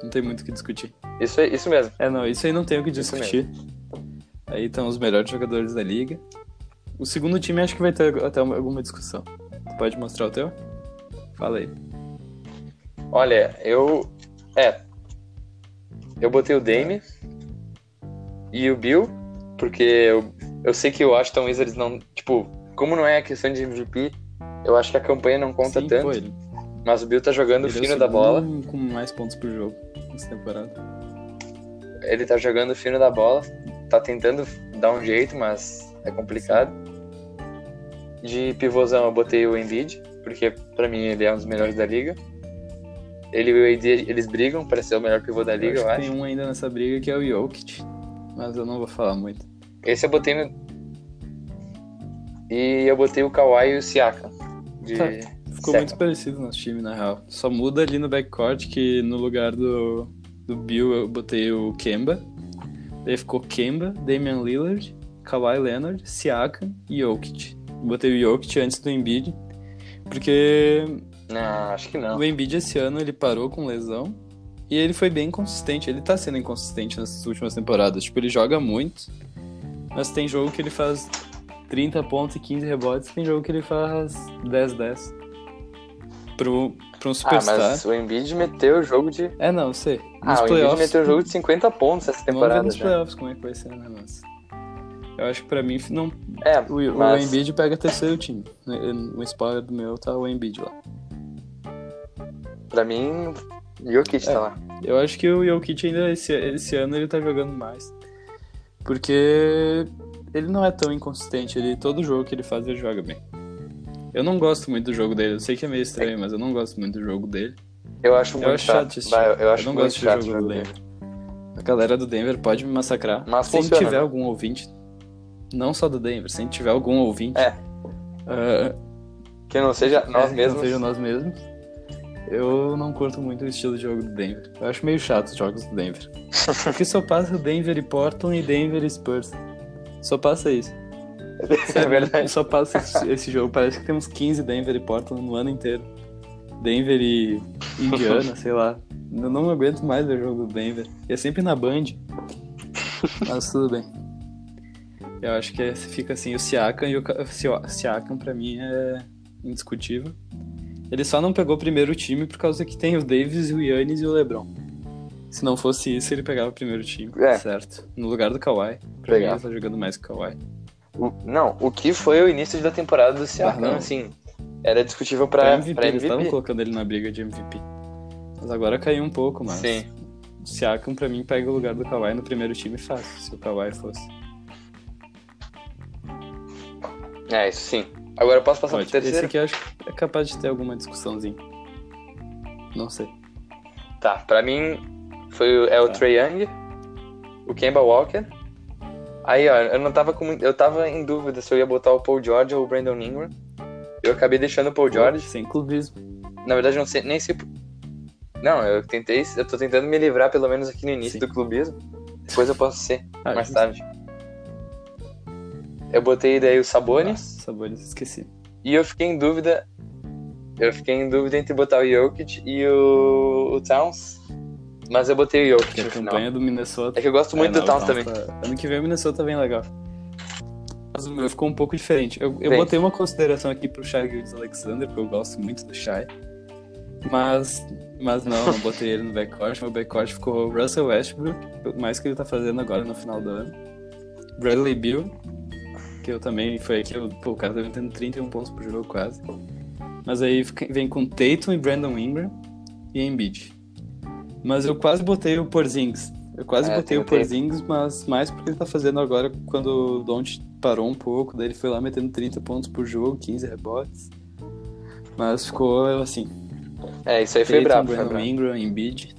Speaker 2: Não tem muito o que discutir.
Speaker 1: Isso, é- isso mesmo.
Speaker 2: É, não, isso aí não tem o que
Speaker 1: Isso
Speaker 2: discutir. Aí estão os melhores jogadores da liga. O segundo time acho que vai ter até uma- alguma discussão. Tu pode mostrar o teu? Fala aí.
Speaker 1: Olha, eu. É. Eu botei o Dame e o Bill, porque eu, eu sei que o Washington Wizards não. Tipo, como não é questão de MVP, eu acho que a campanha não conta
Speaker 2: Sim,
Speaker 1: tanto.
Speaker 2: pô, ele,
Speaker 1: Mas o Bill tá jogando
Speaker 2: ele é o
Speaker 1: fino da bola.
Speaker 2: segundo Com mais pontos por jogo nessa temporada.
Speaker 1: Ele tá jogando fino da bola. Tá tentando dar um jeito, mas é complicado. De pivôzão eu botei o Embiid, porque pra mim ele é um dos melhores da liga. Ele e o AD, eles brigam pra ser o melhor pivô da liga,
Speaker 2: acho
Speaker 1: eu
Speaker 2: que
Speaker 1: acho.
Speaker 2: Tem um ainda nessa briga que é o Jokic. Mas eu não vou falar muito.
Speaker 1: Esse eu botei no... E eu botei o Kawhi e o Siakam. De...
Speaker 2: Tá. Ficou
Speaker 1: Certo.
Speaker 2: muito parecido o nosso time, na real. Só muda ali no backcourt que no lugar do, do Bill eu botei o Kemba. Daí ficou Kemba, Damian Lillard, Kawhi Leonard, Siakam e Jokic. Botei o Jokic antes do Embiid, porque
Speaker 1: Não, acho que não.
Speaker 2: o Embiid esse ano ele parou com lesão e ele foi bem inconsistente. Ele tá sendo inconsistente nessas últimas temporadas. Tipo, ele joga muito, mas tem jogo que ele faz 30 pontos e 15 rebotes, tem jogo que ele faz 10-10. Pro, pra um
Speaker 1: Ah,
Speaker 2: superstar.
Speaker 1: mas o Embiid meteu o jogo de...
Speaker 2: É, não, eu sei. Nos
Speaker 1: Ah, o Embiid
Speaker 2: playoffs.
Speaker 1: meteu o jogo de 50 pontos essa
Speaker 2: Vamos ver
Speaker 1: temporada
Speaker 2: nos
Speaker 1: já.
Speaker 2: playoffs como é que vai ser, né, mas... Eu acho que pra mim não,
Speaker 1: É,
Speaker 2: o, o
Speaker 1: mas...
Speaker 2: Embiid pega terceiro time. O spoiler do meu tá o Embiid lá.
Speaker 1: Pra mim, Jokic
Speaker 2: É.
Speaker 1: tá lá.
Speaker 2: Eu acho que o Jokic ainda esse, esse ano ele tá jogando mais. Porque ele não é tão inconsistente, ele todo jogo que ele faz ele joga bem. Eu não gosto muito do jogo dele, eu sei que é meio estranho, mas eu não gosto muito do jogo dele.
Speaker 1: Eu acho muito
Speaker 2: acho chato
Speaker 1: chato.
Speaker 2: de assistir.
Speaker 1: Bah, eu, eu acho
Speaker 2: eu não
Speaker 1: muito
Speaker 2: gosto
Speaker 1: chato
Speaker 2: do
Speaker 1: o
Speaker 2: jogo do
Speaker 1: jogo
Speaker 2: Denver.
Speaker 1: dele.
Speaker 2: A galera do Denver pode me massacrar.
Speaker 1: Mas
Speaker 2: se
Speaker 1: funciona,
Speaker 2: tiver
Speaker 1: né?
Speaker 2: algum ouvinte, não só do Denver, se tiver algum ouvinte,
Speaker 1: É.
Speaker 2: ah,
Speaker 1: Que não seja nós
Speaker 2: é,
Speaker 1: mesmos.
Speaker 2: Não sejam nós mesmos. Eu não curto muito o estilo de jogo do Denver. Eu acho meio chato os jogos do Denver. Porque só passa o Denver e Portland e Denver e Spurs. Só passa isso.
Speaker 1: É verdade.
Speaker 2: Só passa esse, esse jogo. Parece que temos 15 Denver e Portland no ano inteiro. Denver e Indiana, sei lá. Eu não aguento mais ver jogo do Denver. E é sempre na Band. Mas tudo bem. Eu acho que é- fica assim, o Siakam e o Ca- o Sio- Siakam pra mim é indiscutível. Ele só não pegou o primeiro time por causa que tem o Davis, o Yannis e o LeBron. Se não fosse isso, ele pegava o primeiro time,
Speaker 1: É.
Speaker 2: certo? No lugar do Kawhi. Pra mim,
Speaker 1: Pegava.
Speaker 2: ele tá jogando mais que o Kawhi.
Speaker 1: O- não, o que foi o início da temporada do Siakam,
Speaker 2: não.
Speaker 1: assim, era discutível
Speaker 2: Pra
Speaker 1: pra,
Speaker 2: MVP,
Speaker 1: pra
Speaker 2: eles
Speaker 1: MVP.
Speaker 2: estavam colocando ele na briga de MVP. Mas agora caiu um pouco, mas...
Speaker 1: Sim.
Speaker 2: O Siakam, pra mim, pega o lugar do Kawhi no primeiro time fácil, se o Kawhi fosse.
Speaker 1: É, isso sim. Agora eu posso passar
Speaker 2: Pode.
Speaker 1: pro
Speaker 2: Esse
Speaker 1: terceiro?
Speaker 2: aqui eu acho que é capaz de ter alguma discussãozinha. Não sei.
Speaker 1: Tá, pra mim foi, o- é o
Speaker 2: Tá.
Speaker 1: Trey Young, o Kemba Walker. Aí, ó, eu não tava com muito- Eu tava em dúvida se eu ia botar o Paul George ou o Brandon Ingram. Eu acabei deixando o Paul George.
Speaker 2: Sem clubismo.
Speaker 1: Na verdade, eu não sei, nem sei. por- Não, eu tentei. Eu tô tentando me livrar, pelo menos aqui no início
Speaker 2: Sim.
Speaker 1: do clubismo. Depois eu posso ser,
Speaker 2: Ah,
Speaker 1: mais
Speaker 2: justo.
Speaker 1: tarde. Eu botei daí o Sabonis.
Speaker 2: Nossa, sabores, Ah, esqueci.
Speaker 1: E eu fiquei em dúvida. Eu fiquei em dúvida entre botar o Jokic e o, o Towns. Mas eu botei o Jokic
Speaker 2: Porque a
Speaker 1: no final.
Speaker 2: campanha do Minnesota.
Speaker 1: É que eu gosto muito
Speaker 2: É, não,
Speaker 1: do Towns
Speaker 2: o
Speaker 1: também.
Speaker 2: tá- Ano que vem o Minnesota vem legal. Mas o meu ficou um pouco diferente. Eu, eu
Speaker 1: Bem.
Speaker 2: botei uma consideração aqui pro Shai Gildes Alexander, porque eu gosto muito do Shai. Mas, mas não, não botei ele no backcourt. Meu backcourt ficou o Russell Westbrook, mais que ele tá fazendo agora no final do ano. Bradley Beal, que eu também foi aqui, eu- pô, o cara tá metendo 31 pontos por jogo quase. Mas aí fica- vem com Tatum e Brandon Ingram e Embiid. Mas eu quase botei o Porzingis. Eu quase
Speaker 1: É,
Speaker 2: botei o
Speaker 1: tentei.
Speaker 2: Porzingis, mas mais porque ele tá fazendo agora quando o Don't parou um pouco, daí ele foi lá metendo 30 pontos por jogo, 15 rebotes. Mas ficou assim.
Speaker 1: É, isso aí foi
Speaker 2: Tatum,
Speaker 1: brabo, foi
Speaker 2: Brandon
Speaker 1: brabo.
Speaker 2: Ingram, Embiid.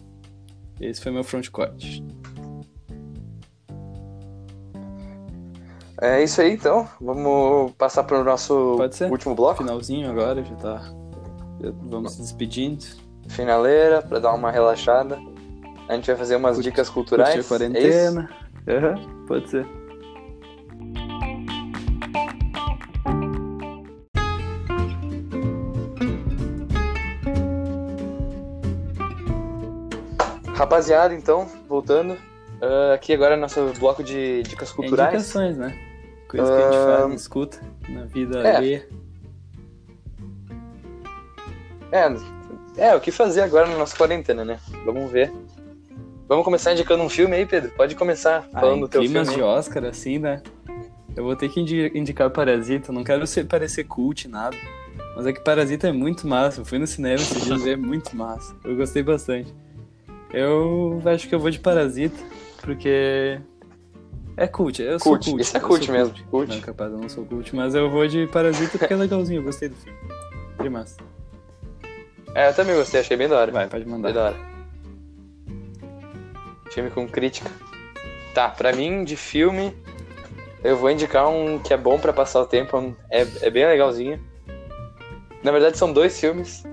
Speaker 2: Esse foi meu frontcourt.
Speaker 1: É isso aí, então. Vamos passar pro nosso
Speaker 2: Pode ser?
Speaker 1: último bloco.
Speaker 2: Finalzinho agora, já tá. já vamos se despedindo.
Speaker 1: Finaleira, pra dar uma relaxada. A gente vai fazer umas
Speaker 2: Curti-
Speaker 1: dicas culturais.
Speaker 2: Curtir a
Speaker 1: É isso?
Speaker 2: quarentena. Aham, pode ser.
Speaker 1: Rapaziada, então, voltando. ah, aqui agora é nosso bloco de dicas
Speaker 2: É
Speaker 1: culturais.
Speaker 2: indicações, né? Coisas que a gente
Speaker 1: Ahn.
Speaker 2: faz, escuta na vida
Speaker 1: É.
Speaker 2: alheia.
Speaker 1: É, é, o que fazer agora na nossa quarentena, né? Vamos ver. Vamos começar indicando um filme aí, Pedro? Pode começar
Speaker 2: Ah,
Speaker 1: falando
Speaker 2: em
Speaker 1: do teu filme.
Speaker 2: climas de Oscar, assim, né? Eu vou ter que indi- indicar Parasita. Não quero ser, parecer cult, nada. Mas é que Parasita é muito massa. Eu fui no cinema esses dias e é muito massa. Eu gostei bastante. Eu acho que eu vou de Parasita, porque... É cult, eu sou
Speaker 1: Cult,
Speaker 2: cult.
Speaker 1: isso é
Speaker 2: eu
Speaker 1: cult
Speaker 2: sou
Speaker 1: mesmo, cult.
Speaker 2: Não, capaz, eu não sou cult, mas eu vou de Parasita porque é legalzinho, eu gostei do filme. Que massa.
Speaker 1: É, eu também gostei, achei bem da hora.
Speaker 2: Vai, pode
Speaker 1: Bem
Speaker 2: mandar.
Speaker 1: da hora. Filme com crítica. Tá, pra mim, de filme, eu vou indicar um que é bom pra passar o tempo, um- é, é bem legalzinho. Na verdade, são dois filmes.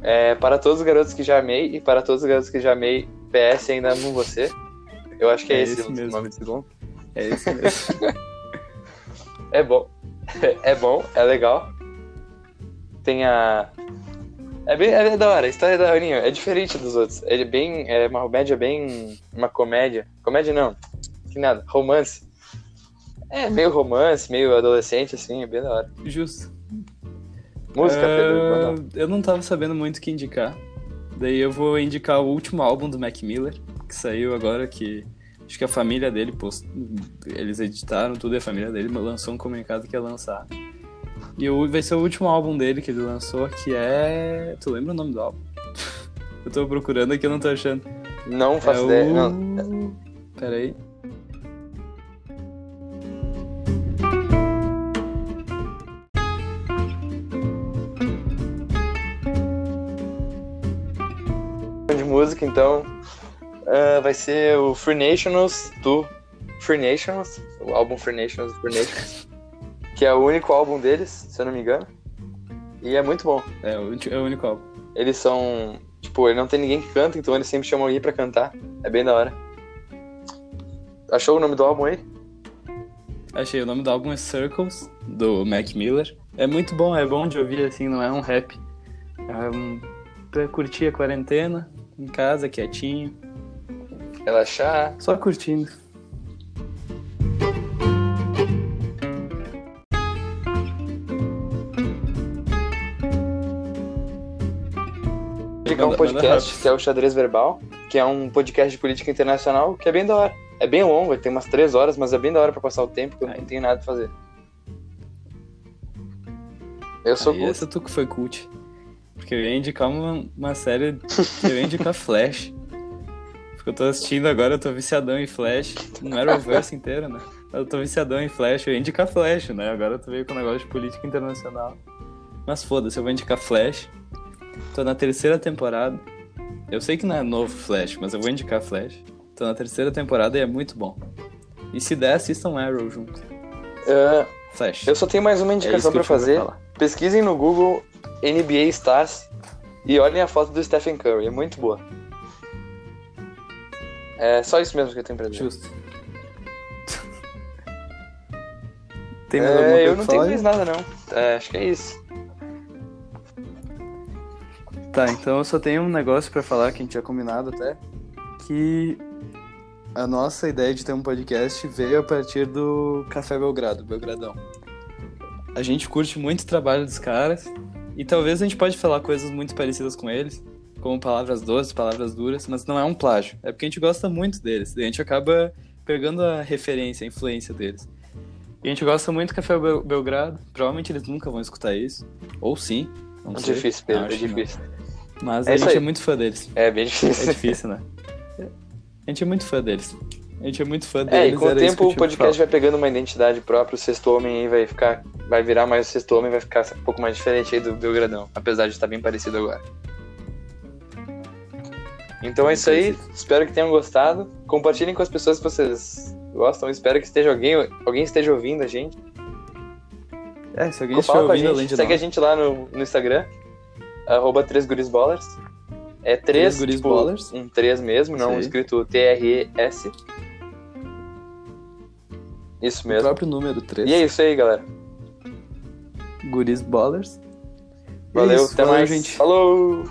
Speaker 1: É Para Todos os Garotos que Já Amei e Para Todos os Garotos que Já Amei, PS Ainda Amo Você. Eu acho que é,
Speaker 2: É
Speaker 1: esse,
Speaker 2: esse
Speaker 1: o
Speaker 2: mesmo.
Speaker 1: nome desse bom.
Speaker 2: É isso mesmo.
Speaker 1: É bom. É bom, é legal. Tem a. É bem. É da hora, a história da Aninha é diferente dos outros. Ele é bem. É uma comédia bem. Uma comédia. Comédia não. Que nada. Romance. É meio romance, meio adolescente, assim, é bem da hora.
Speaker 2: Justo.
Speaker 1: Música,
Speaker 2: Ah,
Speaker 1: Pedro. Não, não.
Speaker 2: Eu não tava sabendo muito o que indicar. Daí eu vou indicar o último álbum do Mac Miller, que saiu agora, que acho que é a família dele, post... eles editaram tudo e a família dele lançou um comunicado que ia lançar. E o- vai ser o último álbum dele que ele lançou, que é... Tu lembra o nome do álbum? eu tô procurando aqui, eu não tô achando.
Speaker 1: Não
Speaker 2: é
Speaker 1: faço ideia.
Speaker 2: o...
Speaker 1: Não.
Speaker 2: Peraí.
Speaker 1: De música, então. ah, vai ser o Free Nationals do Free Nationals. O álbum Free Nationals do Free Nationals. que é o único álbum deles, se eu não me engano. E é muito bom.
Speaker 2: É o, ulti- é o único álbum.
Speaker 1: eles são. Tipo, ele não tem ninguém que canta, então eles sempre chamam alguém pra cantar. É bem da hora. Achou o nome do álbum aí?
Speaker 2: Achei, o nome do álbum é Circles, do Mac Miller. É muito bom, é bom de ouvir assim, não é um rap. É um... pra curtir a quarentena, em casa, quietinho,
Speaker 1: Relaxar.
Speaker 2: só curtindo.
Speaker 1: Indicar um
Speaker 2: Manda-
Speaker 1: um podcast,
Speaker 2: manda
Speaker 1: que é o Xadrez Verbal, que é um podcast de política internacional, que é bem da hora. É bem longo, tem umas três horas, mas é bem da hora pra passar o tempo, que eu
Speaker 2: Aí.
Speaker 1: não tenho nada pra fazer. Eu sou
Speaker 2: Aí,
Speaker 1: Guto.
Speaker 2: essa é tu que foi cult. Porque eu ia indicar uma, uma série que eu ia indicar Flash. Porque eu tô assistindo agora, eu tô viciadão em Flash. Não era o verso inteiro, né? Eu tô viciadão em Flash, eu ia indicar Flash, né? Agora tu veio com um negócio de política internacional. Mas foda-se, eu vou indicar Flash. Tô na terceira temporada. Eu sei que não é novo Flash, mas eu vou indicar Flash. Tô na terceira temporada e é muito bom. E se der, assistam Arrow junto.
Speaker 1: Ah,
Speaker 2: Flash.
Speaker 1: eu só tenho mais uma
Speaker 2: É isso
Speaker 1: indicação
Speaker 2: que
Speaker 1: pra
Speaker 2: eu tinha
Speaker 1: fazer.
Speaker 2: falar.
Speaker 1: Pesquisem no Google NBA Stars e olhem a foto do Stephen Curry, é muito boa. É só isso mesmo que eu tenho pra dizer.
Speaker 2: Justo. Tem mais alguma
Speaker 1: É,
Speaker 2: coisa
Speaker 1: eu não
Speaker 2: pra
Speaker 1: tenho
Speaker 2: falar?
Speaker 1: mais nada, não. É, acho que é isso.
Speaker 2: Tá, então eu só tenho um negócio pra falar que a gente tinha combinado até. Que a nossa ideia de ter um podcast veio a partir do Café Belgrado, Belgradão. A gente curte muito o trabalho dos caras e talvez a gente pode falar coisas muito parecidas com eles, como palavras doces, palavras duras, mas não é um plágio. É porque a gente gosta muito deles, e a gente acaba pegando a referência, a influência deles. E a gente gosta muito do Café Bel- Belgrado, provavelmente eles nunca vão escutar isso, ou sim, não
Speaker 1: É
Speaker 2: sei.
Speaker 1: difícil, Pedro,
Speaker 2: acho
Speaker 1: é
Speaker 2: que não.
Speaker 1: difícil.
Speaker 2: Mas
Speaker 1: É
Speaker 2: a
Speaker 1: isso
Speaker 2: gente
Speaker 1: aí.
Speaker 2: é muito fã deles.
Speaker 1: É bem
Speaker 2: É
Speaker 1: difícil.
Speaker 2: difícil, né? A gente é muito fã deles. A gente é muito fã
Speaker 1: É,
Speaker 2: deles.
Speaker 1: e com o
Speaker 2: era isso que
Speaker 1: tempo
Speaker 2: eu
Speaker 1: o
Speaker 2: tinha
Speaker 1: podcast
Speaker 2: pra
Speaker 1: vai pegando uma identidade própria, o sexto homem aí vai ficar. Vai virar mais o sexto homem vai ficar um pouco mais diferente aí do Belgradão, apesar de estar bem parecido agora. Então é isso aí, espero que tenham gostado. Compartilhem com as pessoas que vocês gostam, espero que esteja alguém, alguém esteja ouvindo a gente.
Speaker 2: falar. É, se alguém estiver
Speaker 1: Fala com a
Speaker 2: ouvindo
Speaker 1: gente,
Speaker 2: além de
Speaker 1: segue a
Speaker 2: nós.
Speaker 1: gente lá no, no Instagram, arroba 3 gurisballers. É 3,
Speaker 2: Três Guris
Speaker 1: tipo,
Speaker 2: Ballers.
Speaker 1: um 3 mesmo, não
Speaker 2: Isso aí.
Speaker 1: escrito T-R-E-S. Isso
Speaker 2: O
Speaker 1: mesmo.
Speaker 2: próprio número 3.
Speaker 1: E é isso aí, galera.
Speaker 2: Guris Ballers. É
Speaker 1: Valeu,
Speaker 2: Isso,
Speaker 1: até mais.
Speaker 2: gente.
Speaker 1: Falou!